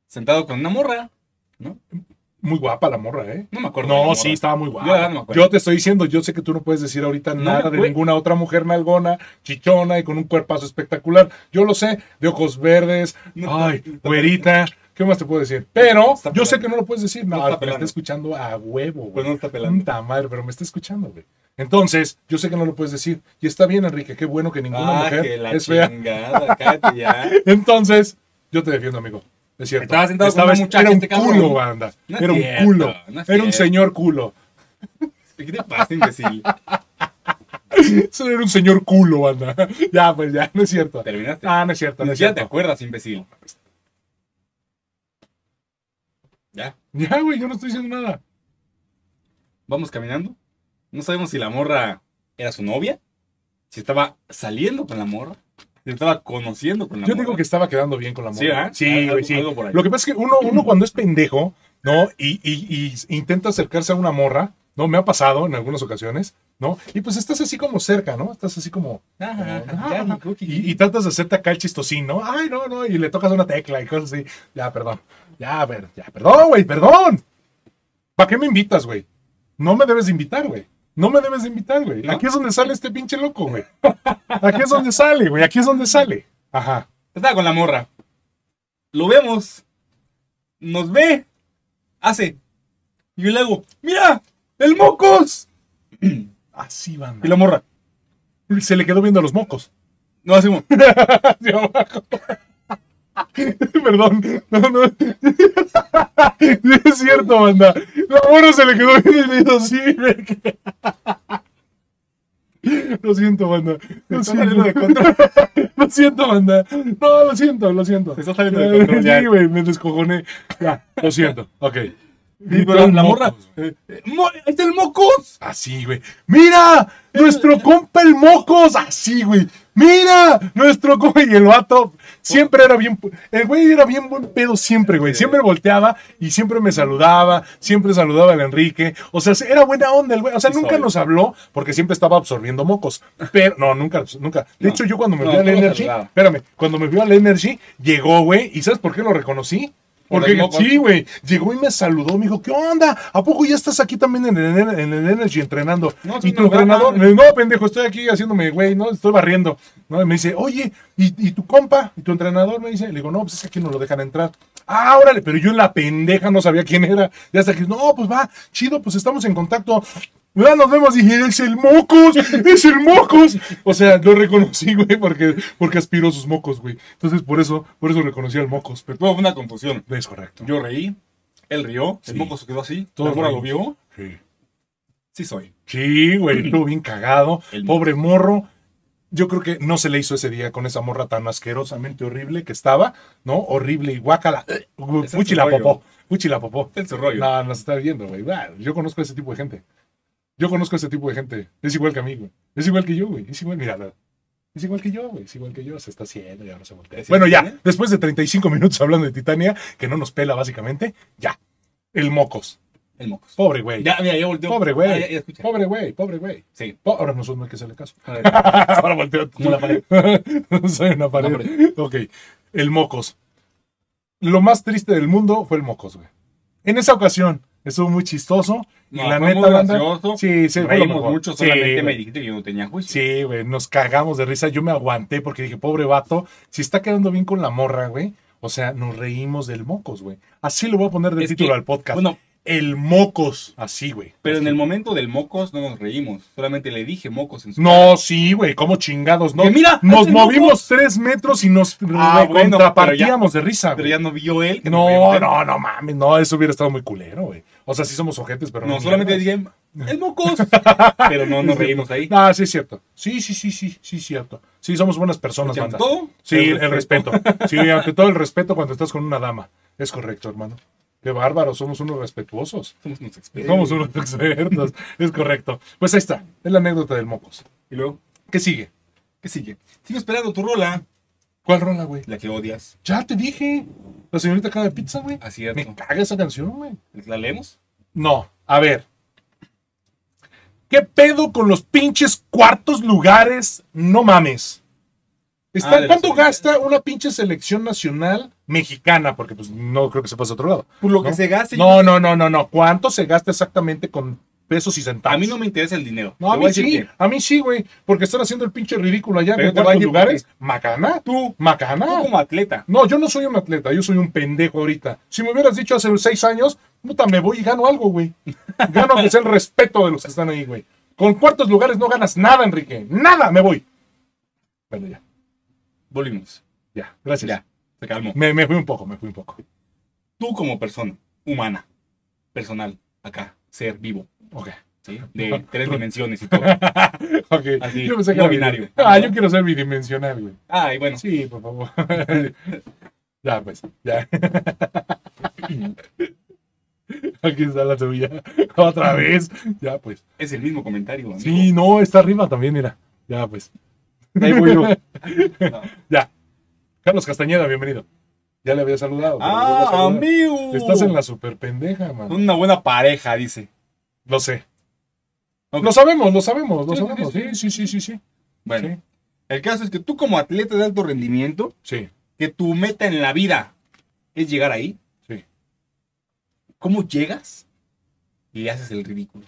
Speaker 1: Sentado con una morra.
Speaker 2: Muy guapa la morra, ¿eh?
Speaker 1: No me acuerdo. de la
Speaker 2: No,
Speaker 1: morra.
Speaker 2: sí, estaba muy
Speaker 1: Yo la
Speaker 2: guapa.
Speaker 1: verdad no me acuerdo.
Speaker 2: Yo te estoy diciendo, yo sé que tú no puedes decir ahorita
Speaker 1: No,
Speaker 2: nada de
Speaker 1: güey.
Speaker 2: ninguna otra mujer nalgona, chichona y con un cuerpazo espectacular. Yo lo sé, de ojos verdes,
Speaker 1: No,
Speaker 2: ay,
Speaker 1: no, no,
Speaker 2: güerita. ¿Qué más te puedo decir? Pero
Speaker 1: Está
Speaker 2: yo sé
Speaker 1: pelando.
Speaker 2: que no lo puedes decir.
Speaker 1: No
Speaker 2: No,
Speaker 1: está
Speaker 2: me está
Speaker 1: pelando.
Speaker 2: escuchando a huevo, güey.
Speaker 1: Pues no está pelando.
Speaker 2: Puta madre, pero me está escuchando, güey. Entonces, yo sé que no lo puedes decir. Y está bien, Enrique, qué bueno que ninguna
Speaker 1: Ah,
Speaker 2: mujer
Speaker 1: que la
Speaker 2: es fea.
Speaker 1: chingada, cállate ya.
Speaker 2: Entonces, yo te defiendo, amigo. Es cierto.
Speaker 1: Estaba sentado con una muchacha,
Speaker 2: Era un
Speaker 1: este cabrón.
Speaker 2: culo, banda.
Speaker 1: No es
Speaker 2: era un
Speaker 1: cierto,
Speaker 2: culo.
Speaker 1: no es
Speaker 2: era un
Speaker 1: cierto.
Speaker 2: señor culo.
Speaker 1: ¿Qué te pasa, imbécil?
Speaker 2: Eso era un señor culo, banda. Ya, pues ya, no es cierto.
Speaker 1: Terminaste.
Speaker 2: Ah, no es cierto, no
Speaker 1: Ni
Speaker 2: es
Speaker 1: siquiera te
Speaker 2: cierto.
Speaker 1: acuerdas, imbécil. Ya,
Speaker 2: Ya, güey, yo no estoy diciendo nada.
Speaker 1: vamos caminando. No sabemos si la morra era su novia, si estaba saliendo con la morra, si estaba conociendo con la
Speaker 2: Yo
Speaker 1: morra.
Speaker 2: digo que estaba quedando bien con la
Speaker 1: Sí,
Speaker 2: morra.
Speaker 1: ¿verdad? Algo-
Speaker 2: güey, sí.
Speaker 1: algo por ahí.
Speaker 2: Lo que pasa es que uno, uno cuando es pendejo, ¿no? Y, y- y intenta acercarse a una morra, ¿no? Me ha pasado en algunas ocasiones, ¿no? Y pues estás así como cerca, ¿no? Estás así como...
Speaker 1: Ajá, ajá,
Speaker 2: Ah,
Speaker 1: ya,
Speaker 2: ajá.
Speaker 1: cookie.
Speaker 2: Y, y tratas de hacerte acá el chistosín, ¿no? Ay, no, no, y le tocas una tecla y cosas así. Ya, perdón. Ya, a ver, ya, perdón, güey, perdón. ¿Para qué me invitas, güey? No me debes de invitar, güey. No me debes de invitar, güey.
Speaker 1: ¿No?
Speaker 2: Aquí es donde sale este pinche loco, güey. Aquí es donde sale, güey. Aquí es donde sale. Ajá.
Speaker 1: Está con la morra. Lo vemos. Nos ve. Hace. Y yo le hago, ¡Mira! ¡El mocos!
Speaker 2: Así van.
Speaker 1: Y la morra.
Speaker 2: Se le quedó viendo los mocos.
Speaker 1: No hacemos.
Speaker 2: Hacia abajo. Perdón. No, no. Sí, es cierto, banda. La morra se le quedó viendo y le dijo sí, güey. Lo siento, banda. Lo
Speaker 1: está saliendo
Speaker 2: siento.
Speaker 1: de control.
Speaker 2: Lo siento, banda. No, lo siento, lo siento.
Speaker 1: Se está saliendo de control ya.
Speaker 2: Sí, güey, me descojoné. Ya, lo siento. Ok.
Speaker 1: Y pero la morra. eh, eh, "Mo- ¡Ahí está el mocos!
Speaker 2: Así, güey. ¡Mira! ¡Nuestro compa el Mocos! Así, güey. ¡Mira! Nuestro compa y el vato siempre era bien. pu- El güey era bien buen pedo siempre, güey. Siempre volteaba y siempre me saludaba. Siempre saludaba al Enrique. O sea, era buena onda el güey. O sea,
Speaker 1: Sí,
Speaker 2: nunca
Speaker 1: soy.
Speaker 2: nos habló porque siempre estaba absorbiendo mocos. Pero, no, nunca, nunca. De
Speaker 1: No.
Speaker 2: hecho, yo cuando me
Speaker 1: No,
Speaker 2: fui al
Speaker 1: no nos
Speaker 2: Energy,
Speaker 1: saludaba.
Speaker 2: espérame, cuando me fui al Energy, llegó, güey. ¿Y sabes por qué lo reconocí?
Speaker 1: Por
Speaker 2: Porque
Speaker 1: el moco.
Speaker 2: sí, güey. Llegó y me saludó. Me dijo, ¿qué onda? ¿A poco ya estás aquí también en el, en el Energy entrenando?
Speaker 1: No,
Speaker 2: y
Speaker 1: sí,
Speaker 2: tu
Speaker 1: no,
Speaker 2: entrenador,
Speaker 1: no,
Speaker 2: no, pendejo, estoy aquí haciéndome, güey, no, estoy barriendo. ¿no? Y me dice, oye, ¿y, y tu compa? ¿Y tu entrenador? Me dice, le digo, no, pues es que aquí no lo dejan entrar. Ah, órale, pero yo en la pendeja no sabía quién era. Y hasta que, no, pues va, chido, pues estamos en contacto. Ya nos vemos, dije, es el mocos, es el mocos. O sea, lo reconocí, güey, porque, porque aspiró sus mocos, güey. Entonces, por eso, por eso reconocí al mocos. Pero
Speaker 1: Fue una confusión.
Speaker 2: es correcto.
Speaker 1: Yo reí. Él rió.
Speaker 2: Sí.
Speaker 1: El mocos se quedó así.
Speaker 2: Todos
Speaker 1: la morra lo
Speaker 2: reímos.
Speaker 1: vio.
Speaker 2: Sí.
Speaker 1: Sí soy.
Speaker 2: Sí, güey, estuvo bien cagado.
Speaker 1: El-
Speaker 2: Pobre morro. Yo creo que no se le hizo ese día con esa morra tan asquerosamente horrible que estaba, ¿no? Horrible y guácala.
Speaker 1: Eh, es
Speaker 2: Puchi
Speaker 1: el
Speaker 2: la
Speaker 1: rollo.
Speaker 2: popó. Puchi la popó.
Speaker 1: Este es el rollo.
Speaker 2: No, nos está viendo, güey. Bah, Yo conozco a ese tipo de gente. Yo conozco a ese tipo de gente. Es igual que a mí, güey. Es igual que yo, güey. Es igual, mira. Es igual que yo, güey. Es igual que yo. Se está haciendo, ya no se voltea.
Speaker 1: ¿Es
Speaker 2: Bueno, ya.
Speaker 1: Titania?
Speaker 2: Después de 35 minutos hablando de Titania, que no nos pela básicamente, ya. El mocos.
Speaker 1: El mocos.
Speaker 2: Pobre, güey.
Speaker 1: Ya, mira, ya volteó.
Speaker 2: Pobre, güey.
Speaker 1: Ah, ya, ya, escucha.
Speaker 2: Pobre, güey. Pobre, güey.
Speaker 1: Sí.
Speaker 2: Po- Ahora nosotros no hay que hacerle caso.
Speaker 1: A ver.
Speaker 2: Ahora volteo.
Speaker 1: Como la pared.
Speaker 2: Soy una
Speaker 1: La
Speaker 2: pared. Ok. El mocos. Lo más triste del mundo fue el mocos, güey. En esa ocasión estuvo muy chistoso. Y
Speaker 1: No,
Speaker 2: la
Speaker 1: fue
Speaker 2: neta,
Speaker 1: muy
Speaker 2: banda,
Speaker 1: gracioso.
Speaker 2: Sí, sí, fue lo
Speaker 1: Reímos
Speaker 2: mejor.
Speaker 1: mucho.
Speaker 2: Sí,
Speaker 1: Solamente me
Speaker 2: güey.
Speaker 1: dijiste que yo no tenía juicio.
Speaker 2: Sí, güey, nos cagamos de risa. Yo me aguanté porque dije, pobre vato, si está quedando bien con la morra, güey. O sea, nos reímos del mocos, güey. Así le voy a poner de
Speaker 1: Es
Speaker 2: título
Speaker 1: que-
Speaker 2: al podcast.
Speaker 1: Bueno,
Speaker 2: el mocos. Así, güey.
Speaker 1: pero en
Speaker 2: Así.
Speaker 1: el momento del mocos no nos reímos. Solamente le dije mocos en su
Speaker 2: No, sí, güey, como chingados, ¿no?
Speaker 1: Que mira,
Speaker 2: nos
Speaker 1: hacen
Speaker 2: movimos tres metros y nos
Speaker 1: Ah, bueno,
Speaker 2: contrapartíamos de risa,
Speaker 1: Pero
Speaker 2: güey.
Speaker 1: ya no vio él. que nos ¿eh?
Speaker 2: No,
Speaker 1: reíamos.
Speaker 2: no, no mames, no, eso hubiera estado muy culero, güey. O sea, sí somos ojetes, pero no.
Speaker 1: No, solamente
Speaker 2: mierdas.
Speaker 1: dije, el mocos. Pero no nos reímos ahí.
Speaker 2: Ah, sí, es cierto. Sí, sí, sí, sí, sí, cierto. Sí, somos buenas personas,
Speaker 1: Ante
Speaker 2: banda.
Speaker 1: todo,
Speaker 2: Sí, el, respeto. Sí, ante todo el respeto cuando estás con una dama. Es correcto, hermano. Qué bárbaro, somos unos respetuosos.
Speaker 1: Somos unos expertos.
Speaker 2: Somos unos expertos. Es correcto. Pues ahí está, es la anécdota del mocos.
Speaker 1: Y luego,
Speaker 2: ¿Qué sigue?
Speaker 1: ¿qué sigue? Sigo esperando tu rola.
Speaker 2: ¿Cuál rola, güey?
Speaker 1: La que odias.
Speaker 2: Ya te dije. La señorita cara de pizza, güey.
Speaker 1: Así es.
Speaker 2: Me caga esa canción, güey.
Speaker 1: ¿La leemos?
Speaker 2: No, a ver. ¿Qué pedo con los pinches cuartos lugares? No mames. Está-
Speaker 1: Ah, de la
Speaker 2: ¿Cuánto
Speaker 1: selección.
Speaker 2: gasta una pinche selección nacional mexicana? Porque pues no creo que se pase a otro lado.
Speaker 1: Por lo
Speaker 2: ¿No?
Speaker 1: que se gaste. yo-
Speaker 2: No, no, no, no, no. ¿Cuánto se gasta exactamente con pesos y centavos?
Speaker 1: A mí no me interesa el dinero.
Speaker 2: No, a
Speaker 1: Te voy
Speaker 2: mí
Speaker 1: decir
Speaker 2: sí,
Speaker 1: que
Speaker 2: a mí sí, güey. Porque están haciendo el pinche ridículo allá
Speaker 1: Pero
Speaker 2: en
Speaker 1: te va a
Speaker 2: cuartos
Speaker 1: decir,
Speaker 2: lugares. Macana, tú, macana.
Speaker 1: Tú como atleta.
Speaker 2: No, yo no soy un atleta, yo soy un pendejo ahorita. Si me hubieras dicho hace seis años, puta, me voy y gano algo, güey. Gano que sea el respeto de los que están ahí, güey. Con cuartos lugares no ganas nada, Enrique. Nada, me voy. Bueno, ya,
Speaker 1: Volvimos.
Speaker 2: ya, gracias.
Speaker 1: Ya, se calmó.
Speaker 2: Me, me fui un poco, me fui un poco.
Speaker 1: Tú como persona humana, personal, acá, ser vivo,
Speaker 2: Ok.
Speaker 1: ¿sí? De tres dimensiones y todo.
Speaker 2: Ok.
Speaker 1: Así,
Speaker 2: yo pensé que
Speaker 1: no
Speaker 2: era
Speaker 1: binario.
Speaker 2: binario. Ah, yo quiero ser bidimensional, güey.
Speaker 1: Ay, bueno.
Speaker 2: Sí, por favor. ya, pues, ya. Aquí está la tuya. Otra vez. Ya, pues.
Speaker 1: Es el mismo comentario, amigo.
Speaker 2: Sí, no, está arriba también, mira. Ya, pues. Ahí voy yo.
Speaker 1: No.
Speaker 2: Ya. Carlos Castañeda, bienvenido. Ya le había saludado. pero le vuelvo a
Speaker 1: Ah,
Speaker 2: saludar.
Speaker 1: amigo.
Speaker 2: Estás en la super pendeja, man.
Speaker 1: Una buena pareja, dice.
Speaker 2: Lo sé.
Speaker 1: Ok.
Speaker 2: Lo sabemos, lo sabemos, lo
Speaker 1: Sí, sí,
Speaker 2: sabemos.
Speaker 1: sí,
Speaker 2: Sí, sí, sí, sí, sí.
Speaker 1: Bueno, el caso es que tú como atleta de alto rendimiento,
Speaker 2: Sí.
Speaker 1: que tu meta en la vida es llegar ahí.
Speaker 2: Sí.
Speaker 1: ¿Cómo llegas? Y haces el ridículo.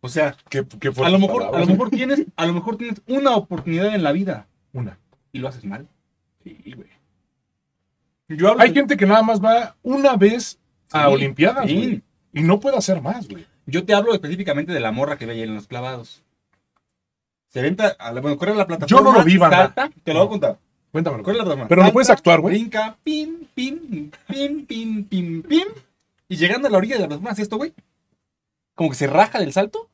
Speaker 1: O sea,
Speaker 2: Qué- qué
Speaker 1: a
Speaker 2: fuertes
Speaker 1: lo mejor, a
Speaker 2: palabras. ¿eh?
Speaker 1: lo mejor tienes, a lo mejor tienes una oportunidad en la vida
Speaker 2: Una.
Speaker 1: y lo haces mal. Sí, güey. Yo hablo
Speaker 2: Hay
Speaker 1: de-
Speaker 2: gente que nada más va una vez a
Speaker 1: Sí,
Speaker 2: Olimpiadas,
Speaker 1: sí.
Speaker 2: güey, Y no puede hacer más, güey.
Speaker 1: Yo te hablo específicamente de la morra que veía en los clavados. Se venta, a la, bueno, corre a la plataforma.
Speaker 2: Yo no lo vi, banda.
Speaker 1: salta, te lo voy a contar.
Speaker 2: Cuéntamelo.
Speaker 1: Corre a la plataforma.
Speaker 2: Pero no
Speaker 1: salta,
Speaker 2: puedes actuar, güey.
Speaker 1: Brinca, pim, pim, pim, pim, pim, pim. Y llegando a la orilla de la plataforma, hace esto, güey. Como que se raja del salto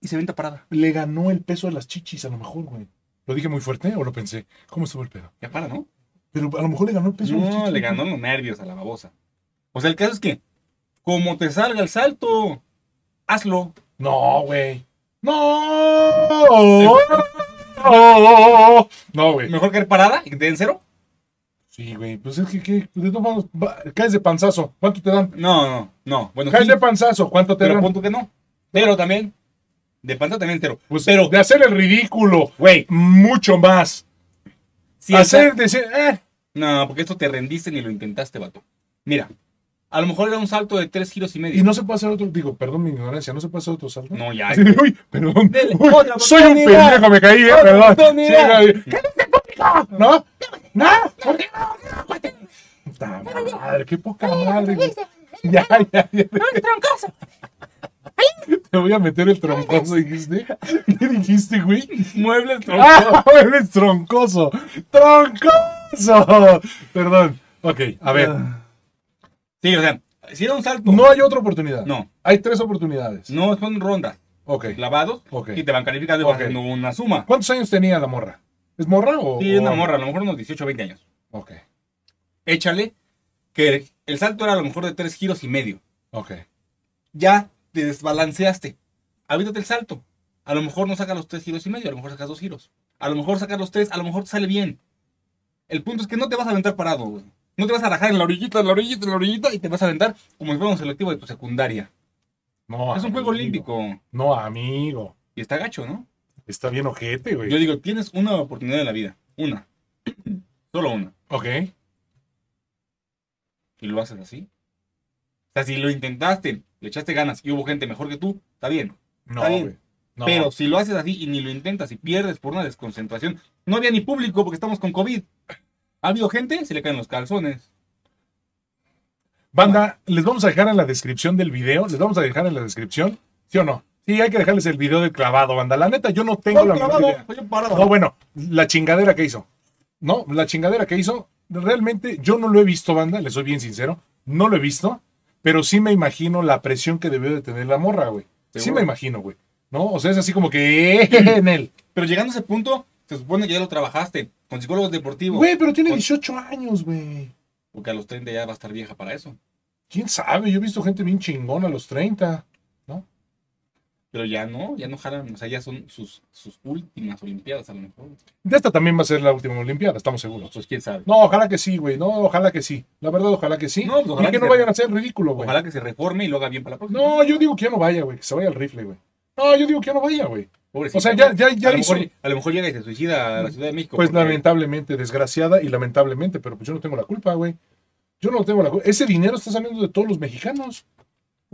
Speaker 1: y se venta parada.
Speaker 2: Le ganó el peso de las chichis, a lo mejor, güey. ¿Lo dije muy fuerte o lo pensé? ¿Cómo estuvo el pedo?
Speaker 1: Ya para, ¿no?
Speaker 2: Pero a lo mejor le ganó el peso de las
Speaker 1: No,
Speaker 2: chichis.
Speaker 1: le ganó los nervios a la babosa. O sea, el caso es que, como te salga el salto, hazlo.
Speaker 2: No, güey. No. No, güey.
Speaker 1: Mejor caer parada y que te den cero.
Speaker 2: Sí, güey. Pues es que, ¿qué? De todos modos, va- caes de panzazo. ¿Cuánto te dan?
Speaker 1: No, no, no. Bueno,
Speaker 2: Caes
Speaker 1: sí,
Speaker 2: de panzazo. ¿Cuánto te
Speaker 1: pero
Speaker 2: dan?
Speaker 1: punto que no. Pero también, de panza también cero.
Speaker 2: Pues,
Speaker 1: pero-
Speaker 2: de hacer el ridículo.
Speaker 1: Güey,
Speaker 2: Mucho más.
Speaker 1: si el
Speaker 2: hacer, decir, eh.
Speaker 1: No, porque esto te rendiste ni lo intentaste, vato. Mira, a lo mejor era un salto de tres giros y
Speaker 2: Y
Speaker 1: medio.
Speaker 2: no se puede hacer otro. Digo, perdón mi ignorancia. No se puede hacer otro salto.
Speaker 1: No, ya.
Speaker 2: Así de, uy, perdón.
Speaker 1: Dele,
Speaker 2: Uy,
Speaker 1: otra
Speaker 2: soy un
Speaker 1: oportunidad.
Speaker 2: pendejo, me caí, eh,
Speaker 1: Otra
Speaker 2: perdón. Sí,
Speaker 1: oportunidad.
Speaker 2: güey. ¡Cállate, público! ¿No? ¿No? ¿Por qué no? No, cuate. Puta madre, qué poca madre, güey. Ya, ya, ya.
Speaker 4: troncoso.
Speaker 2: Te voy a meter el troncoso, dijiste. ¿Qué dijiste, güey?
Speaker 1: Muebles, tronco.
Speaker 2: ¡Ah! Eres troncoso. ¡Troncoso! Perdón. Ok, a ver.
Speaker 1: Sí, o sea, si era un salto.
Speaker 2: No hay otra oportunidad.
Speaker 1: no,
Speaker 2: Hay tres oportunidades.
Speaker 1: no, son rondas.
Speaker 2: Ok.
Speaker 1: Clavados
Speaker 2: Ok.
Speaker 1: y te van calificando y vas
Speaker 2: Ok. Oh,
Speaker 1: haciendo una suma.
Speaker 2: ¿Cuántos años tenía la morra? ¿Es morra o...?
Speaker 1: Sí, es una
Speaker 2: o-
Speaker 1: morra, a lo mejor unos 18 o 20 años.
Speaker 2: Ok,
Speaker 1: Échale que el salto era a lo mejor de tres giros y medio.
Speaker 2: ok.
Speaker 1: Ya te desbalanceaste. Avítate el salto. A lo mejor no sacas los tres giros y medio, a lo mejor sacas dos giros. A lo mejor sacas los tres, a lo mejor te sale bien. El punto es que no te vas a aventar parado, güey. No te vas a rajar en la orillita, en la orillita, en la orillita y te vas a aventar como si fuera un selectivo de tu secundaria.
Speaker 2: No,
Speaker 1: es un juego
Speaker 2: amigo.
Speaker 1: olímpico.
Speaker 2: No, amigo.
Speaker 1: Y está gacho, ¿no?
Speaker 2: Está bien ojete, güey.
Speaker 1: Yo digo, tienes una oportunidad en la vida. Una. Solo una.
Speaker 2: Ok.
Speaker 1: y lo haces así. O sea, si lo intentaste, le echaste ganas y hubo gente mejor que tú, está bien.
Speaker 2: No,
Speaker 1: Está bien.
Speaker 2: güey. No.
Speaker 1: Pero si lo haces así y ni lo intentas y pierdes por una desconcentración, no había ni público porque estamos con COVID. Ha habido gente, se le caen los calzones.
Speaker 2: Banda, les vamos a dejar en la descripción del video. Les vamos a dejar en la descripción. ¿Sí o no? Sí, hay que dejarles el video del clavado, banda. La neta, yo no tengo la menor idea. No, bueno, la chingadera que hizo. No, la chingadera que hizo, realmente yo no lo he visto, banda, le soy bien sincero, no lo he visto, pero sí me imagino la presión que debió de tener la morra, güey. Sí
Speaker 1: Seguro.
Speaker 2: me imagino, güey. ¿No? O sea, es así como que "Eh, en él.
Speaker 1: Pero llegando a ese punto, se supone que ya lo trabajaste con psicólogos deportivos.
Speaker 2: Güey, pero tiene 18 años, güey.
Speaker 1: Porque a los 30 ya va a estar vieja para eso.
Speaker 2: ¿Quién sabe? Yo he visto gente bien chingona a los 30.
Speaker 1: Pero ya no, ya no jalan. O sea, ya son sus, sus últimas Olimpiadas a lo mejor.
Speaker 2: De esta también va a ser la última Olimpiada, estamos seguros.
Speaker 1: Pues quién sabe.
Speaker 2: No, ojalá que sí, güey. No, ojalá que sí. La verdad, ojalá que sí.
Speaker 1: No, pues, ojalá
Speaker 2: y
Speaker 1: que
Speaker 2: que, no
Speaker 1: se-
Speaker 2: vayan a ser ridículo, güey.
Speaker 1: Ojalá que se reforme y lo haga bien para la próxima.
Speaker 2: No, yo digo que ya no vaya, güey. Que se vaya al rifle, güey. No, yo digo que ya no vaya, güey.
Speaker 1: Pobrecito.
Speaker 2: O sea, ya, ya, ya
Speaker 1: a, lo
Speaker 2: hizo.
Speaker 1: mejor, a lo mejor llega y se suicida a la Ciudad de México.
Speaker 2: Pues
Speaker 1: porque-
Speaker 2: lamentablemente, desgraciada y lamentablemente, pero pues yo no tengo la culpa, güey. Yo no tengo la culpa. Ese dinero está saliendo de todos los mexicanos.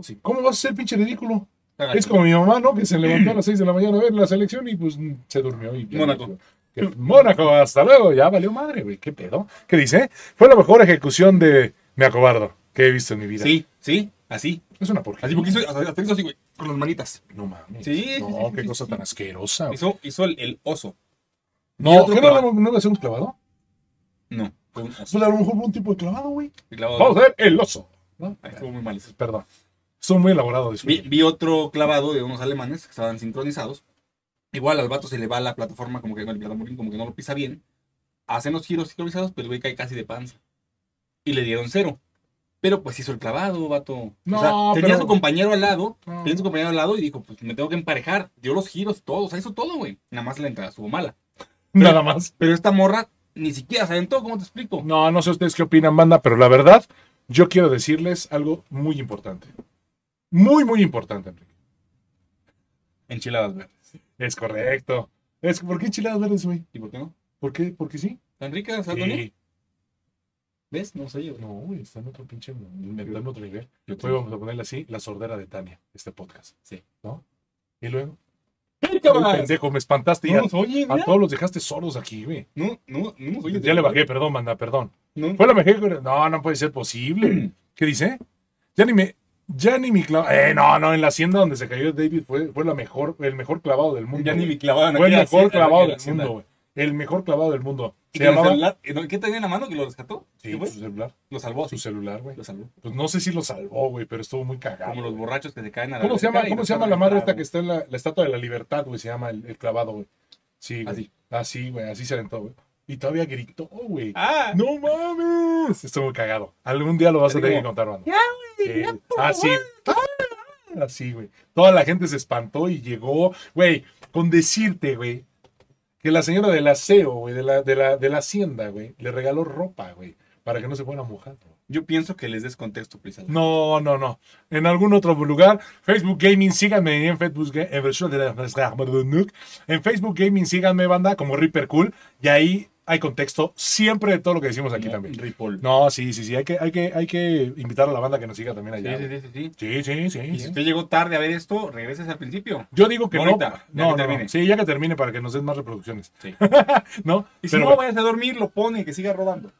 Speaker 1: Sí.
Speaker 2: ¿Cómo vas a ser pinche ridículo?
Speaker 1: Está
Speaker 2: Es como mi mamá, ¿no? Que se levantó a las 6 de la mañana a ver la selección y pues mm, se durmió. Y ya
Speaker 1: Mónaco.
Speaker 2: no- que- Mónaco, hasta luego. Ya valió madre, güey. ¿Qué pedo? ¿Qué dice? Fue la mejor ejecución de Me Acobardo que he visto en mi vida.
Speaker 1: Sí, sí, así.
Speaker 2: Es una porquería.
Speaker 1: Así porque hizo, hasta- hasta hizo así, güey, con las manitas.
Speaker 2: No mames.
Speaker 1: Sí, sí,
Speaker 2: No,
Speaker 1: sí,
Speaker 2: qué
Speaker 1: sí,
Speaker 2: cosa
Speaker 1: sí.
Speaker 2: tan asquerosa. güey.
Speaker 1: Hizo, hizo el, el oso.
Speaker 2: No,
Speaker 1: otro
Speaker 2: ¿qué no,
Speaker 1: clavado.
Speaker 2: no, no iba a ser un clavado?
Speaker 1: No, fue un oso.
Speaker 2: Pues a lo mejor fue un tipo de clavado, güey.
Speaker 1: El clavado. Ah,
Speaker 2: Vamos a ver el oso. ¿no?
Speaker 1: Ay, estuvo muy mal eso.
Speaker 2: Perdón. Son muy elaborados.
Speaker 1: Vi,
Speaker 2: disculpen.
Speaker 1: vi otro clavado de unos alemanes que estaban sincronizados. Igual al vato se le va la plataforma, como que el plataforma como que no lo pisa bien. Hacen los giros sincronizados, pero el güey cae casi de panza. Y le dieron cero. Pero pues hizo el clavado, vato. o
Speaker 2: No,
Speaker 1: sea, tenía
Speaker 2: pero- Mm.
Speaker 1: a su compañero al lado,
Speaker 2: No.
Speaker 1: tenía a su compañero al lado y dijo, pues me tengo que emparejar. Dio los giros, todo, o sea, hizo todo, güey. Nada más la entrada estuvo mala.
Speaker 2: Nada más.
Speaker 1: Pero esta morra ni siquiera se aventó, ¿cómo te explico?
Speaker 2: No, no sé ustedes qué opinan, banda, pero la verdad, yo quiero decirles algo muy importante. Muy, muy importante, Enrique.
Speaker 1: Enchiladas verdes.
Speaker 2: Es correcto. Es, ¿Por qué enchiladas verdes, güey?
Speaker 1: ¿Y por qué no?
Speaker 2: ¿Por qué? ¿Por qué sí?
Speaker 1: ¿Tan ricas, Antonio?
Speaker 2: Sí.
Speaker 1: ¿Ves? No sé yo.
Speaker 2: No, güey, está en otro pinche mundo, está en otro nivel.
Speaker 1: Yo
Speaker 2: Hoy vamos a ponerle así, la sordera de Tania, este podcast.
Speaker 1: Sí.
Speaker 2: ¿No? Y luego,
Speaker 1: ¡Hey,
Speaker 2: Uy,
Speaker 1: cabrón!
Speaker 2: pendejo, me espantaste. y
Speaker 1: No
Speaker 2: a-
Speaker 1: nos oyen,
Speaker 2: a
Speaker 1: ya.
Speaker 2: todos los dejaste sordos aquí, güey.
Speaker 1: No, no, no nos oyen.
Speaker 2: Ya le bajé, perdón, manda, perdón.
Speaker 1: No.
Speaker 2: Fue la mejor. No, no puede ser posible. ¿Qué dice? Ya ni me. Ya ni mi clavado. Eh, no, no, en la hacienda donde se cayó David fue, fue la mejor, el mejor clavado del mundo.
Speaker 1: Ya ni
Speaker 2: güey.
Speaker 1: me clavaban
Speaker 2: Fue el
Speaker 1: aquella
Speaker 2: mejor
Speaker 1: hacienda,
Speaker 2: clavado
Speaker 1: aquella
Speaker 2: del
Speaker 1: hacienda.
Speaker 2: mundo, güey. El mejor clavado del mundo.
Speaker 1: ¿Y
Speaker 2: Se
Speaker 1: con el
Speaker 2: llamaba.
Speaker 1: celular? ¿Eh, ¿Qué tenía en la mano que lo rescató?
Speaker 2: Sí,
Speaker 1: ¿Qué fue?
Speaker 2: su celular.
Speaker 1: Lo salvó.
Speaker 2: Su celular, güey.
Speaker 1: Lo salvó.
Speaker 2: Pues no sé si lo salvó, güey, pero estuvo muy cagado.
Speaker 1: Como los borrachos que se caen a la
Speaker 2: ¿Cómo se llama,
Speaker 1: alberca y
Speaker 2: cómo
Speaker 1: no
Speaker 2: se llama
Speaker 1: saben
Speaker 2: la madre
Speaker 1: entrar,
Speaker 2: esta que está en la, la estatua de la libertad, güey? Se llama el, el clavado, güey. Sí, güey.
Speaker 1: Así.
Speaker 2: Así, güey, así se aventó, güey. Y todavía gritó, güey.
Speaker 1: Ah,
Speaker 2: ¡No mames! Estuvo cagado. Algún día lo vas a
Speaker 1: Así
Speaker 2: tener que
Speaker 1: como,
Speaker 2: contar, mano.
Speaker 1: "Ya,
Speaker 2: Eh, ah, Sí. Así. Ah, Así, güey. Toda la gente se espantó y llegó, güey, con decirte, güey, que la señora del aseo, güey, de la, de la, de la hacienda, güey, le regaló ropa, güey, para que no se fuera mojado.
Speaker 1: yo pienso que les des contexto, please. Alan.
Speaker 2: No, no, no. En algún otro lugar. Facebook Gaming, síganme en Facebook, Ga- en versión de la- en Facebook Gaming, síganme, banda, como Reaper Cool. Y ahí hay contexto siempre de todo lo que decimos aquí
Speaker 1: No,
Speaker 2: también.
Speaker 1: Ripoll.
Speaker 2: No, sí, sí, sí. Hay que, hay, que, hay que invitar a la banda que nos siga también
Speaker 1: Sí,
Speaker 2: allá.
Speaker 1: sí, sí, sí, sí.
Speaker 2: Sí, sí, sí. ¿eh?
Speaker 1: Y
Speaker 2: sí.
Speaker 1: si usted llegó tarde a ver esto, regreses al principio.
Speaker 2: Yo digo que
Speaker 1: Ahorita, ya
Speaker 2: no.
Speaker 1: que
Speaker 2: No, no, no.
Speaker 1: termine.
Speaker 2: Sí, ya que termine para que nos den más reproducciones.
Speaker 1: Sí.
Speaker 2: ¿No?
Speaker 1: Y si
Speaker 2: Pero
Speaker 1: no,
Speaker 2: bueno,
Speaker 1: vayas a dormir, lo pone, que siga rodando.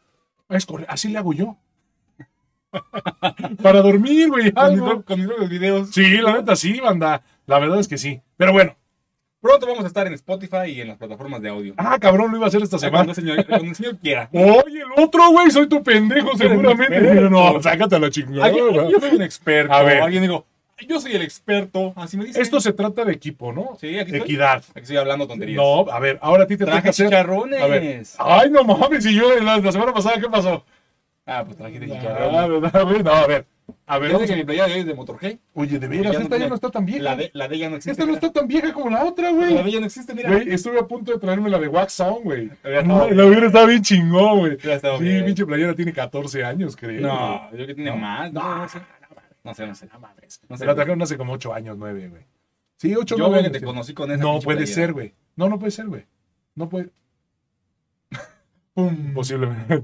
Speaker 2: es corre- así le hago yo. para dormir, güey.
Speaker 1: Con mis,
Speaker 2: algo.
Speaker 1: pro- con mis propios videos.
Speaker 2: Sí, la neta sí, banda. La verdad es que sí. Pero bueno.
Speaker 1: Pronto vamos a estar en Spotify y en las plataformas de audio.
Speaker 2: Ah, cabrón, lo iba a hacer esta
Speaker 1: O sea, cuando,
Speaker 2: semana.
Speaker 1: el señor, cuando el señor quiera.
Speaker 2: Oye, el otro, güey, soy tu pendejo, seguramente.
Speaker 1: espérame.
Speaker 2: Pero no, sácate la chingada.
Speaker 1: Alguien-
Speaker 2: güey.
Speaker 1: yo soy un experto.
Speaker 2: A ver.
Speaker 1: Alguien digo, yo soy el experto. Así me dicen.
Speaker 2: Esto se trata de equipo, ¿no?
Speaker 1: Sí, aquí estoy.
Speaker 2: Equidad.
Speaker 1: Aquí estoy hablando tonterías.
Speaker 2: No, a ver, ahora a ti te toca
Speaker 1: Traje
Speaker 2: hacer.
Speaker 1: chicharrones.
Speaker 2: A ver. Ay, no mames, y yo la, la semana pasada, ¿qué pasó?
Speaker 1: Ah, pues traje de
Speaker 2: Ah,
Speaker 1: chicharrones.
Speaker 2: ¿verdad, güey? No, a ver. A ver,
Speaker 1: Fíjate
Speaker 2: vamos
Speaker 1: que
Speaker 2: a-
Speaker 1: mi playera de hoy es de Motorhead.
Speaker 2: Oye, de
Speaker 1: Ya
Speaker 2: veras,
Speaker 1: no-
Speaker 2: esta ya
Speaker 1: ya-
Speaker 2: no está
Speaker 1: La
Speaker 2: tan vieja.
Speaker 1: de, la de ella no existe.
Speaker 2: Esta no
Speaker 1: mira.
Speaker 2: está tan vieja como la otra, güey.
Speaker 1: La de ella no existe, mira.
Speaker 2: Güey, estuve a punto de traerme la de Wax Sound, güey.
Speaker 1: Había
Speaker 2: No,
Speaker 1: estado
Speaker 2: la hubiera estado bien chingón, güey.
Speaker 1: Hubiera estado
Speaker 2: Sí,
Speaker 1: bien.
Speaker 2: pinche playera tiene 14 años, creo.
Speaker 1: No, yo creo que tiene más. No,
Speaker 2: No,
Speaker 1: no sé. No sé, no sé.
Speaker 2: No mames.
Speaker 1: No
Speaker 2: Me
Speaker 1: sé,
Speaker 2: la
Speaker 1: güey.
Speaker 2: trajeron hace como 8 años, 9, güey. Sí, 8
Speaker 1: Yo veo que te conocí con esa.
Speaker 2: No
Speaker 1: pinche
Speaker 2: puede
Speaker 1: playera.
Speaker 2: ser, güey. No, no puede ser, güey. No puede. Pum, posiblemente.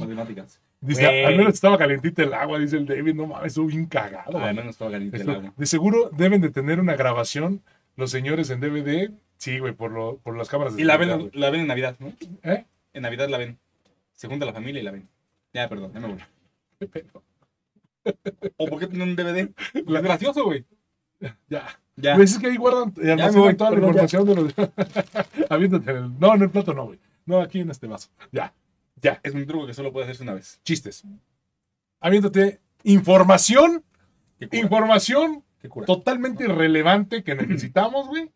Speaker 1: Matemáticas.
Speaker 2: Dice,
Speaker 1: Güey.
Speaker 2: al menos estaba calientita el agua, dice el David. No mames, estuvo bien cagado. güey.
Speaker 1: Ah, Al menos estaba caliente el
Speaker 2: Esto-
Speaker 1: agua.
Speaker 2: de seguro deben de tener una grabación los señores en DVD. Sí, güey, por, lo, por las cámaras. de
Speaker 1: Y la
Speaker 2: seguridad,
Speaker 1: ven, la ven en Navidad, ¿no?
Speaker 2: güey. ¿Eh?
Speaker 1: En Navidad la ven. Se junta la familia y la ven. Ya, perdón, ya me voy.
Speaker 2: Qué pedo.
Speaker 1: ¿O por qué tiene un DVD? Porque
Speaker 2: La-
Speaker 1: Pues es gracioso, güey.
Speaker 2: Ya.
Speaker 1: Ya.
Speaker 2: Pues es que ahí guardan, eh, almacenan
Speaker 1: me voy,
Speaker 2: toda la
Speaker 1: perdón,
Speaker 2: información de los. Aviéntate en el- No, en el plato no, güey. No, aquí en este vaso. Ya, ya.
Speaker 1: Es un truco que solo puede hacerse una vez.
Speaker 2: Chistes. Aviéntate información,
Speaker 1: ¿Qué cura?
Speaker 2: información
Speaker 1: ¿Qué cura?
Speaker 2: totalmente irrelevante que necesitamos, güey.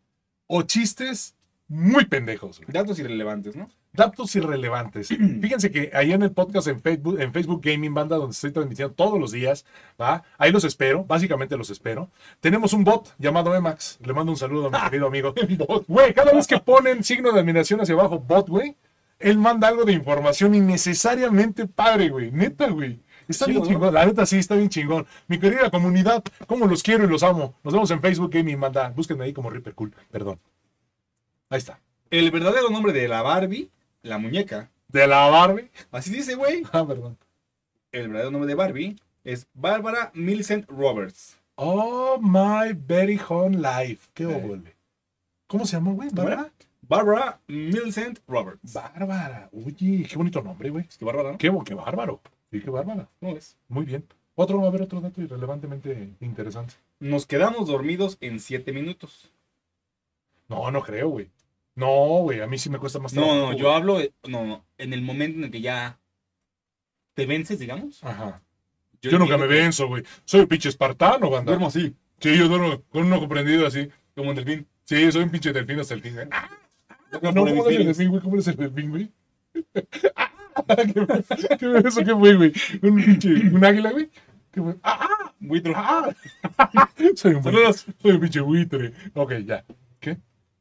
Speaker 2: O chistes muy pendejos, güey.
Speaker 1: Datos irrelevantes, ¿no?
Speaker 2: Datos irrelevantes. Fíjense que ahí en el podcast en Facebook, en Facebook Gaming Banda, donde estoy transmitiendo todos los días, ¿va? Ahí los espero, básicamente los espero. Tenemos un bot llamado Emax. Le mando un saludo a
Speaker 1: Ah.
Speaker 2: mi querido amigo. Güey, cada vez que ponen signo de admiración hacia abajo, bot, güey, él manda algo de información innecesariamente padre, güey. Neta, güey. Está
Speaker 1: Chido,
Speaker 2: bien
Speaker 1: ¿no?
Speaker 2: chingón, la neta sí, está bien chingón. Mi querida comunidad, cómo los quiero y los amo. Nos vemos en Facebook Gaming Banda. Búsquenme ahí como Reaper Cool, perdón. Ahí está.
Speaker 1: El verdadero nombre de la Barbie, la muñeca.
Speaker 2: De la Barbie.
Speaker 1: Así dice, güey.
Speaker 2: Ah, perdón.
Speaker 1: El verdadero nombre de Barbie es Bárbara Millicent Roberts.
Speaker 2: Oh my very home life. Qué obole. ¿Cómo se llama, güey?
Speaker 1: ¿Cómo era?
Speaker 2: ¿Bárbara?
Speaker 1: Bárbara Millicent Roberts.
Speaker 2: Bárbara. Oye, qué bonito nombre, güey.
Speaker 1: Es que Bárbara, ¿no?
Speaker 2: Qué, bo- qué bárbaro. Sí, qué bárbara.
Speaker 1: ¿Cómo ves?
Speaker 2: Muy bien. Otro, va a haber otro dato irrelevantemente interesante.
Speaker 1: Nos quedamos dormidos en 7 minutos.
Speaker 2: No, no creo, güey. No, güey, a mí sí me cuesta más
Speaker 1: No,
Speaker 2: trabajo,
Speaker 1: no,
Speaker 2: güey.
Speaker 1: yo hablo, de- no, no, en el momento en el que ya te vences, digamos.
Speaker 2: Ajá. Yo, nunca me
Speaker 1: entiendo que
Speaker 2: venzo, güey. Soy un pinche espartano, banda.
Speaker 1: Duermo así,
Speaker 2: Sí, yo duermo con un ojo prendido así.
Speaker 1: como un delfín.
Speaker 2: Sí, soy un pinche delfín hasta el fin, güey. Ah,
Speaker 1: Duermo
Speaker 2: no,
Speaker 1: por
Speaker 2: ¿cómo eres el
Speaker 1: hemisferios.
Speaker 2: delfín, güey? ¿Cómo eres el delfín, güey? Ah, ¿Qué, qué, ¿Eso qué fue, güey? ¿Un pinche, un águila, güey? ¿Qué fue? Ah,
Speaker 1: Buitro.
Speaker 2: ah. soy un
Speaker 1: Saludos.
Speaker 2: Soy un pinche buitre. Ok, ya.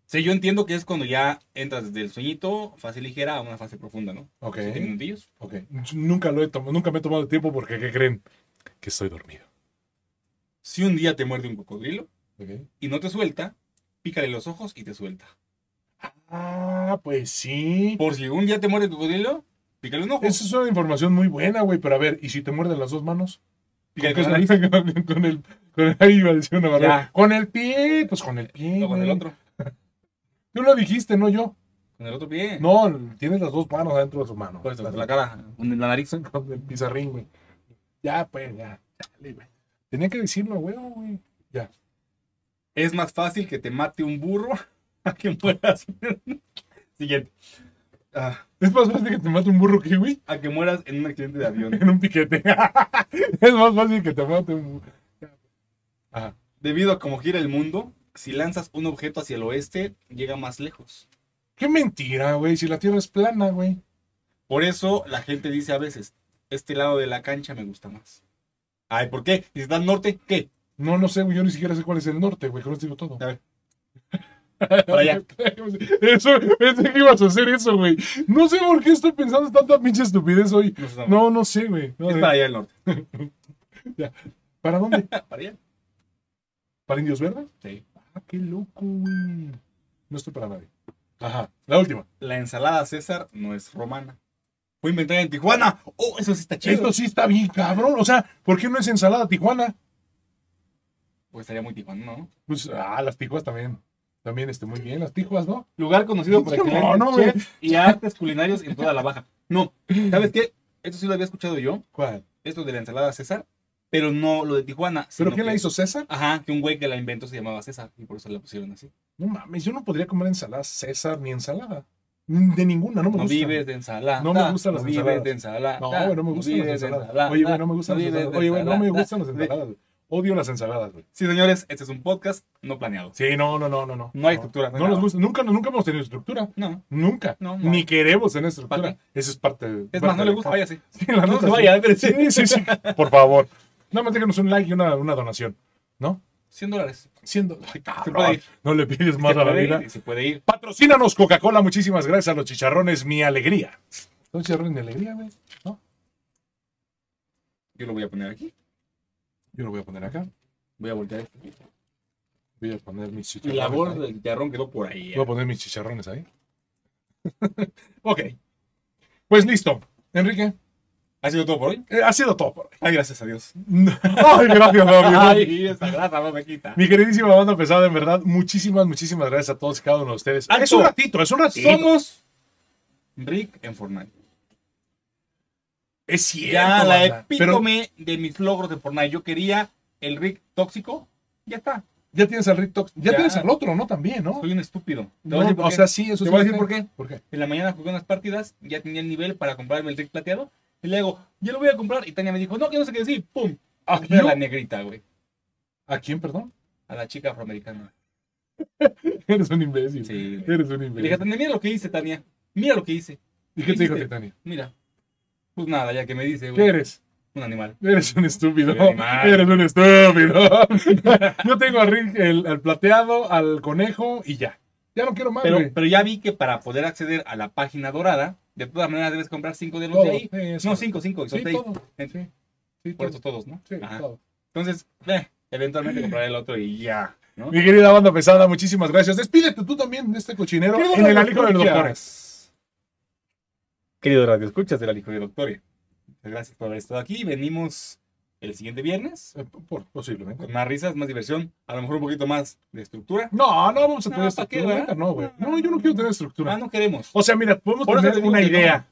Speaker 1: Sí, yo entiendo que es cuando ya entras desde el sueñito, fase ligera, a una fase profunda, ¿no?
Speaker 2: Ok.
Speaker 1: Siete minutillos.
Speaker 2: Ok. Nunca lo he tomado, nunca me he tomado tiempo porque, ¿qué creen? Que estoy dormido.
Speaker 1: Si un día te muerde un cocodrilo
Speaker 2: Ok.
Speaker 1: y no te suelta, pícale los ojos y te suelta.
Speaker 2: Ah, pues sí.
Speaker 1: Por si un día te muerde el cocodrilo, pícale un ojo.
Speaker 2: Esa es una información muy buena, güey, pero a ver, ¿y si te muerden las dos manos? Con que se la hizo con, con el. Con, ahí iba a decir una barbaridad.
Speaker 1: Ya.
Speaker 2: Con el pie, pues con el pie.
Speaker 1: No, con el
Speaker 2: güey.
Speaker 1: otro.
Speaker 2: Tú lo dijiste, no yo.
Speaker 1: Con el otro pie.
Speaker 2: No, tienes las dos manos adentro de su mano.
Speaker 1: Por eso,
Speaker 2: Las-
Speaker 1: con Pues, la cara. Con la nariz.
Speaker 2: con el pizarrín, güey. Ya, pues, ya. Dale, güey. Tenía que decirlo, güey, güey.
Speaker 1: Es más fácil que te mate un burro a que mueras. Siguiente. Ah,
Speaker 2: Es más fácil que te mate un burro que, güey,
Speaker 1: a que mueras en un accidente de avión.
Speaker 2: en un piquete. es más fácil que te mate un burro. Ajá.
Speaker 1: Debido a cómo gira el mundo, si lanzas un objeto hacia el oeste, llega más lejos.
Speaker 2: Qué mentira, güey, si la tierra es plana, güey.
Speaker 1: Por eso la gente dice a veces, este lado de la cancha me gusta más. Ay, ¿por qué? ¿Y si está al norte? ¿Qué?
Speaker 2: No, no sé, güey, yo ni siquiera sé cuál es el norte, güey, con eso digo todo.
Speaker 1: A ver. Para allá.
Speaker 2: Eso, pensé que ibas a hacer eso, güey. No sé por qué estoy pensando tanta pinche estupidez hoy.
Speaker 1: No, sé, no.
Speaker 2: No, no sé, güey. No,
Speaker 1: es
Speaker 2: eh,
Speaker 1: para allá el norte.
Speaker 2: ¿Para dónde?
Speaker 1: Ah, Para allá.
Speaker 2: ¿Para Indios Verdes?
Speaker 1: Sí.
Speaker 2: Ah, qué loco, güey. No estoy para nadie. Ajá, la última.
Speaker 1: La ensalada César no es romana. Fue inventada en Tijuana. Oh, eso sí está chido.
Speaker 2: Esto sí está bien cabrón. O sea, ¿por qué no es ensalada tijuana?
Speaker 1: Pues estaría muy Tijuana, ¿no?
Speaker 2: Pues, ah, las tijuas también. También, este, muy bien. Las tijuas, ¿no?
Speaker 1: Lugar conocido por
Speaker 2: No,
Speaker 1: excelentes
Speaker 2: no,
Speaker 1: chefs y artes culinarios en toda la baja. No, ¿sabes qué? Esto sí lo había escuchado yo,
Speaker 2: ¿Cuál?
Speaker 1: esto de la ensalada César, pero no lo de Tijuana.
Speaker 2: ¿Pero
Speaker 1: sino
Speaker 2: quién la
Speaker 1: que-
Speaker 2: hizo César?
Speaker 1: Ajá, que un güey que la inventó se llamaba César y por eso la pusieron así.
Speaker 2: No mames, yo no podría comer ensalada César ni ensalada. Ni- De ninguna, no me
Speaker 1: No
Speaker 2: gusta.
Speaker 1: vives de ensalada.
Speaker 2: No me gustan
Speaker 1: no
Speaker 2: las
Speaker 1: vives
Speaker 2: ensaladas.
Speaker 1: de ensalada.
Speaker 2: No, güey, no me gustan
Speaker 1: vives
Speaker 2: las
Speaker 1: de
Speaker 2: ensaladas. Oye, güey, no me gustan las
Speaker 1: vives de
Speaker 2: ensaladas. Oye, güey, no me
Speaker 1: ensalada.
Speaker 2: gustan las ensaladas. güey. Odio las ensaladas, güey.
Speaker 1: Sí, señores, este es un podcast no planeado.
Speaker 2: Sí, no, no, no, no. No,
Speaker 1: No hay estructura, no
Speaker 2: No,
Speaker 1: hay
Speaker 2: nos
Speaker 1: nada.
Speaker 2: gusta. Nunca, nunca hemos tenido estructura.
Speaker 1: No,
Speaker 2: Nunca.
Speaker 1: No, no.
Speaker 2: Ni queremos tener estructura.
Speaker 1: ¿Para
Speaker 2: Eso es parte de.
Speaker 1: es
Speaker 2: parte
Speaker 1: más, no
Speaker 2: de
Speaker 1: le
Speaker 2: la
Speaker 1: gusta,
Speaker 2: cara.
Speaker 1: váyase.
Speaker 2: Sí, la
Speaker 1: No
Speaker 2: neta,
Speaker 1: se
Speaker 2: sí.
Speaker 1: vaya, espérese.
Speaker 2: Sí, sí, sí. Por favor. Nada más déjenos un like y una, una donación, ¿no?
Speaker 1: 100 dólares.
Speaker 2: Siendo. Ay,
Speaker 1: Se
Speaker 2: cabrón,
Speaker 1: puede ir.
Speaker 2: No le pides más
Speaker 1: se
Speaker 2: a la
Speaker 1: puede
Speaker 2: vida.
Speaker 1: ir, se puede ir.
Speaker 2: Patrocínanos Coca-Cola. Muchísimas gracias a los chicharrones. Mi alegría. ¿Son chicharrones mi alegría, güey? ¿No?
Speaker 1: Yo lo voy a poner aquí.
Speaker 2: Yo lo voy a poner acá.
Speaker 1: Voy a voltear esto.
Speaker 2: Voy a poner mis
Speaker 1: Y
Speaker 2: chicharrones.
Speaker 1: la
Speaker 2: ahí.
Speaker 1: borda del guitarrón quedó por ahí. ¿eh?
Speaker 2: Voy a poner mis chicharrones ahí. ok. Pues listo. Enrique,
Speaker 1: ¿Ha sido todo por hoy?
Speaker 2: eh, ha sido todo por hoy.
Speaker 1: Ay, gracias a Dios.
Speaker 2: Ay, gracias, Fabio.
Speaker 1: Ay, esa grasa no me quita.
Speaker 2: Mi queridísima banda pesada, en verdad, muchísimas, muchísimas gracias a todos y cada uno de ustedes.
Speaker 1: Alto.
Speaker 2: Es un ratito, es un ratito.
Speaker 1: Somos Rick en Fortnite.
Speaker 2: Es cierto.
Speaker 1: Ya la
Speaker 2: banda. Pero
Speaker 1: epítome de mis logros de Fortnite. Yo quería el Rick tóxico. Ya está.
Speaker 2: ya tienes al Rick Tox- Ya,
Speaker 1: Ya.
Speaker 2: tienes al otro, ¿no? También, ¿no?
Speaker 1: Soy un estúpido. Te voy
Speaker 2: No,
Speaker 1: a decir por
Speaker 2: o
Speaker 1: qué.
Speaker 2: sea, sí, eso
Speaker 1: Te
Speaker 2: sí
Speaker 1: voy a
Speaker 2: lo
Speaker 1: decir
Speaker 2: sé.
Speaker 1: por qué.
Speaker 2: ¿Por qué?
Speaker 1: En la mañana jugué unas partidas, ya tenía el nivel para comprarme el Rick plateado. Y le digo, yo lo voy a comprar. Y Tania me dijo, no, que no sé qué decir. ¡Pum!
Speaker 2: ¿A,
Speaker 1: Fui a
Speaker 2: quién?
Speaker 1: la negrita, güey.
Speaker 2: ¿A quién, perdón?
Speaker 1: A la chica afroamericana.
Speaker 2: Eres un imbécil.
Speaker 1: Sí, güey.
Speaker 2: Eres un
Speaker 1: Le dije,
Speaker 2: imbécil.
Speaker 1: Tania, mira lo que hice, Tania. Mira lo que hice.
Speaker 2: ¿Y qué te dijo
Speaker 1: dijiste?
Speaker 2: Titania?
Speaker 1: Mira. Pues nada, ya que me dice,
Speaker 2: ¿Qué
Speaker 1: güey.
Speaker 2: eres?
Speaker 1: Un animal.
Speaker 2: Eres un estúpido.
Speaker 1: Soy animal.
Speaker 2: Eres un estúpido. Yo tengo al, Rick, el- al plateado, al conejo y ya. Ya no quiero más,
Speaker 1: Pero,
Speaker 2: güey.
Speaker 1: pero ya vi que para poder acceder a la página dorada, de todas maneras debes comprar cinco de los
Speaker 2: Todo.
Speaker 1: de ahí.
Speaker 2: Sí, eso.
Speaker 1: No, cinco, cinco, y son
Speaker 2: Sí,
Speaker 1: seis.
Speaker 2: todo. Sí, sí,
Speaker 1: Por
Speaker 2: todo.
Speaker 1: eso todos, ¿no?
Speaker 2: Sí,
Speaker 1: Ajá.
Speaker 2: todo.
Speaker 1: Entonces, eh, eventualmente compraré el otro y ya. ¿no?
Speaker 2: Mi querida banda pesada, muchísimas gracias. Despídete tú también de este cochinero en el alijo de los doctores.
Speaker 1: Querido Radio Escuchas del Alijo de Doctores, muchas gracias por haber estado aquí. Venimos el siguiente viernes
Speaker 2: Eh, por- posiblemente.
Speaker 1: con más risas, más diversión, a lo mejor un poquito más de estructura.
Speaker 2: No, no vamos a
Speaker 1: No,
Speaker 2: tener
Speaker 1: ¿pa'
Speaker 2: estructura.
Speaker 1: qué, verdad?
Speaker 2: neta, no, güey. No, yo no quiero tener
Speaker 1: Ah,
Speaker 2: estructura.
Speaker 1: no queremos.
Speaker 2: O sea, mira, podemos
Speaker 1: Por eso
Speaker 2: tener
Speaker 1: te digo
Speaker 2: una
Speaker 1: que no.
Speaker 2: idea.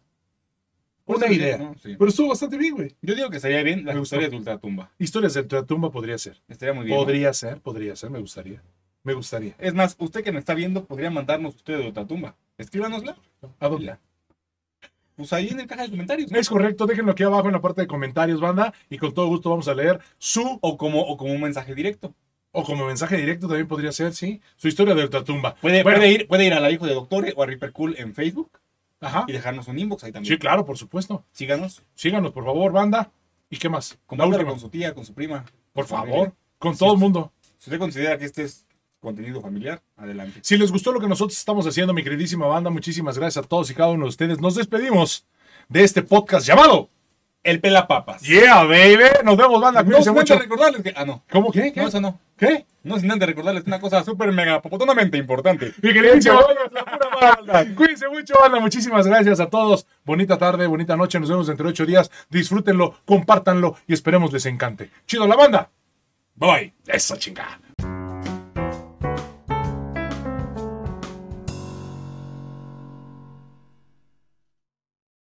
Speaker 1: Por
Speaker 2: Una
Speaker 1: eso
Speaker 2: idea.
Speaker 1: digo, no, sí.
Speaker 2: Pero estuvo bastante bien, güey.
Speaker 1: Yo digo que estaría bien las
Speaker 2: Me gustó.
Speaker 1: historias de Ultratumba.
Speaker 2: Historias de tu tumba podría ser.
Speaker 1: Estaría muy bien. ¿no?
Speaker 2: Podría ser, podría ser, me gustaría. Me gustaría.
Speaker 1: Es más, usted que me está viendo podría mandarnos usted de Ultratumba. Escríbanosla.
Speaker 2: ¿A dónde?
Speaker 1: Pues ahí en el caja de comentarios.
Speaker 2: Es correcto, déjenlo aquí abajo en la parte de comentarios, banda, y con todo gusto vamos a leer su,
Speaker 1: O como, o como un mensaje directo.
Speaker 2: o como mensaje directo también podría ser, sí, su historia de ultratumba.
Speaker 1: Puede,
Speaker 2: Bueno.
Speaker 1: puede ir, puede ir al Alijo de Doctores o a Reaper Cool en Facebook.
Speaker 2: Ajá.
Speaker 1: y dejarnos un inbox ahí también.
Speaker 2: Sí, claro, por supuesto.
Speaker 1: Síganos,
Speaker 2: Síganos, por favor, banda. ¿Y qué más? La
Speaker 1: compártalo
Speaker 2: última,
Speaker 1: con su tía, con su prima.
Speaker 2: por
Speaker 1: su familia.
Speaker 2: favor, con todo el mundo.
Speaker 1: Si usted considera que este es contenido familiar, adelante.
Speaker 2: Si les gustó lo que nosotros estamos haciendo, mi queridísima banda, muchísimas gracias a todos y cada uno de ustedes. Nos despedimos de este podcast llamado
Speaker 1: El pelapapas.
Speaker 2: Yeah, baby. Nos vemos, banda.
Speaker 1: No
Speaker 2: Cuídense
Speaker 1: se
Speaker 2: mucho.
Speaker 1: recordarles que. Ah, no.
Speaker 2: ¿Cómo que?
Speaker 1: No, eso no.
Speaker 2: ¿Qué?
Speaker 1: No sin antes recordarles una cosa súper mega popotonamente importante.
Speaker 2: Mi queridísimo, la pura banda. Cuídense mucho, banda. Muchísimas gracias a todos. Bonita tarde, bonita noche. Nos vemos entre ocho días. Disfrútenlo, compártanlo y esperemos les encante. Chido la banda.
Speaker 1: Bye bye.
Speaker 2: Eso, chingada.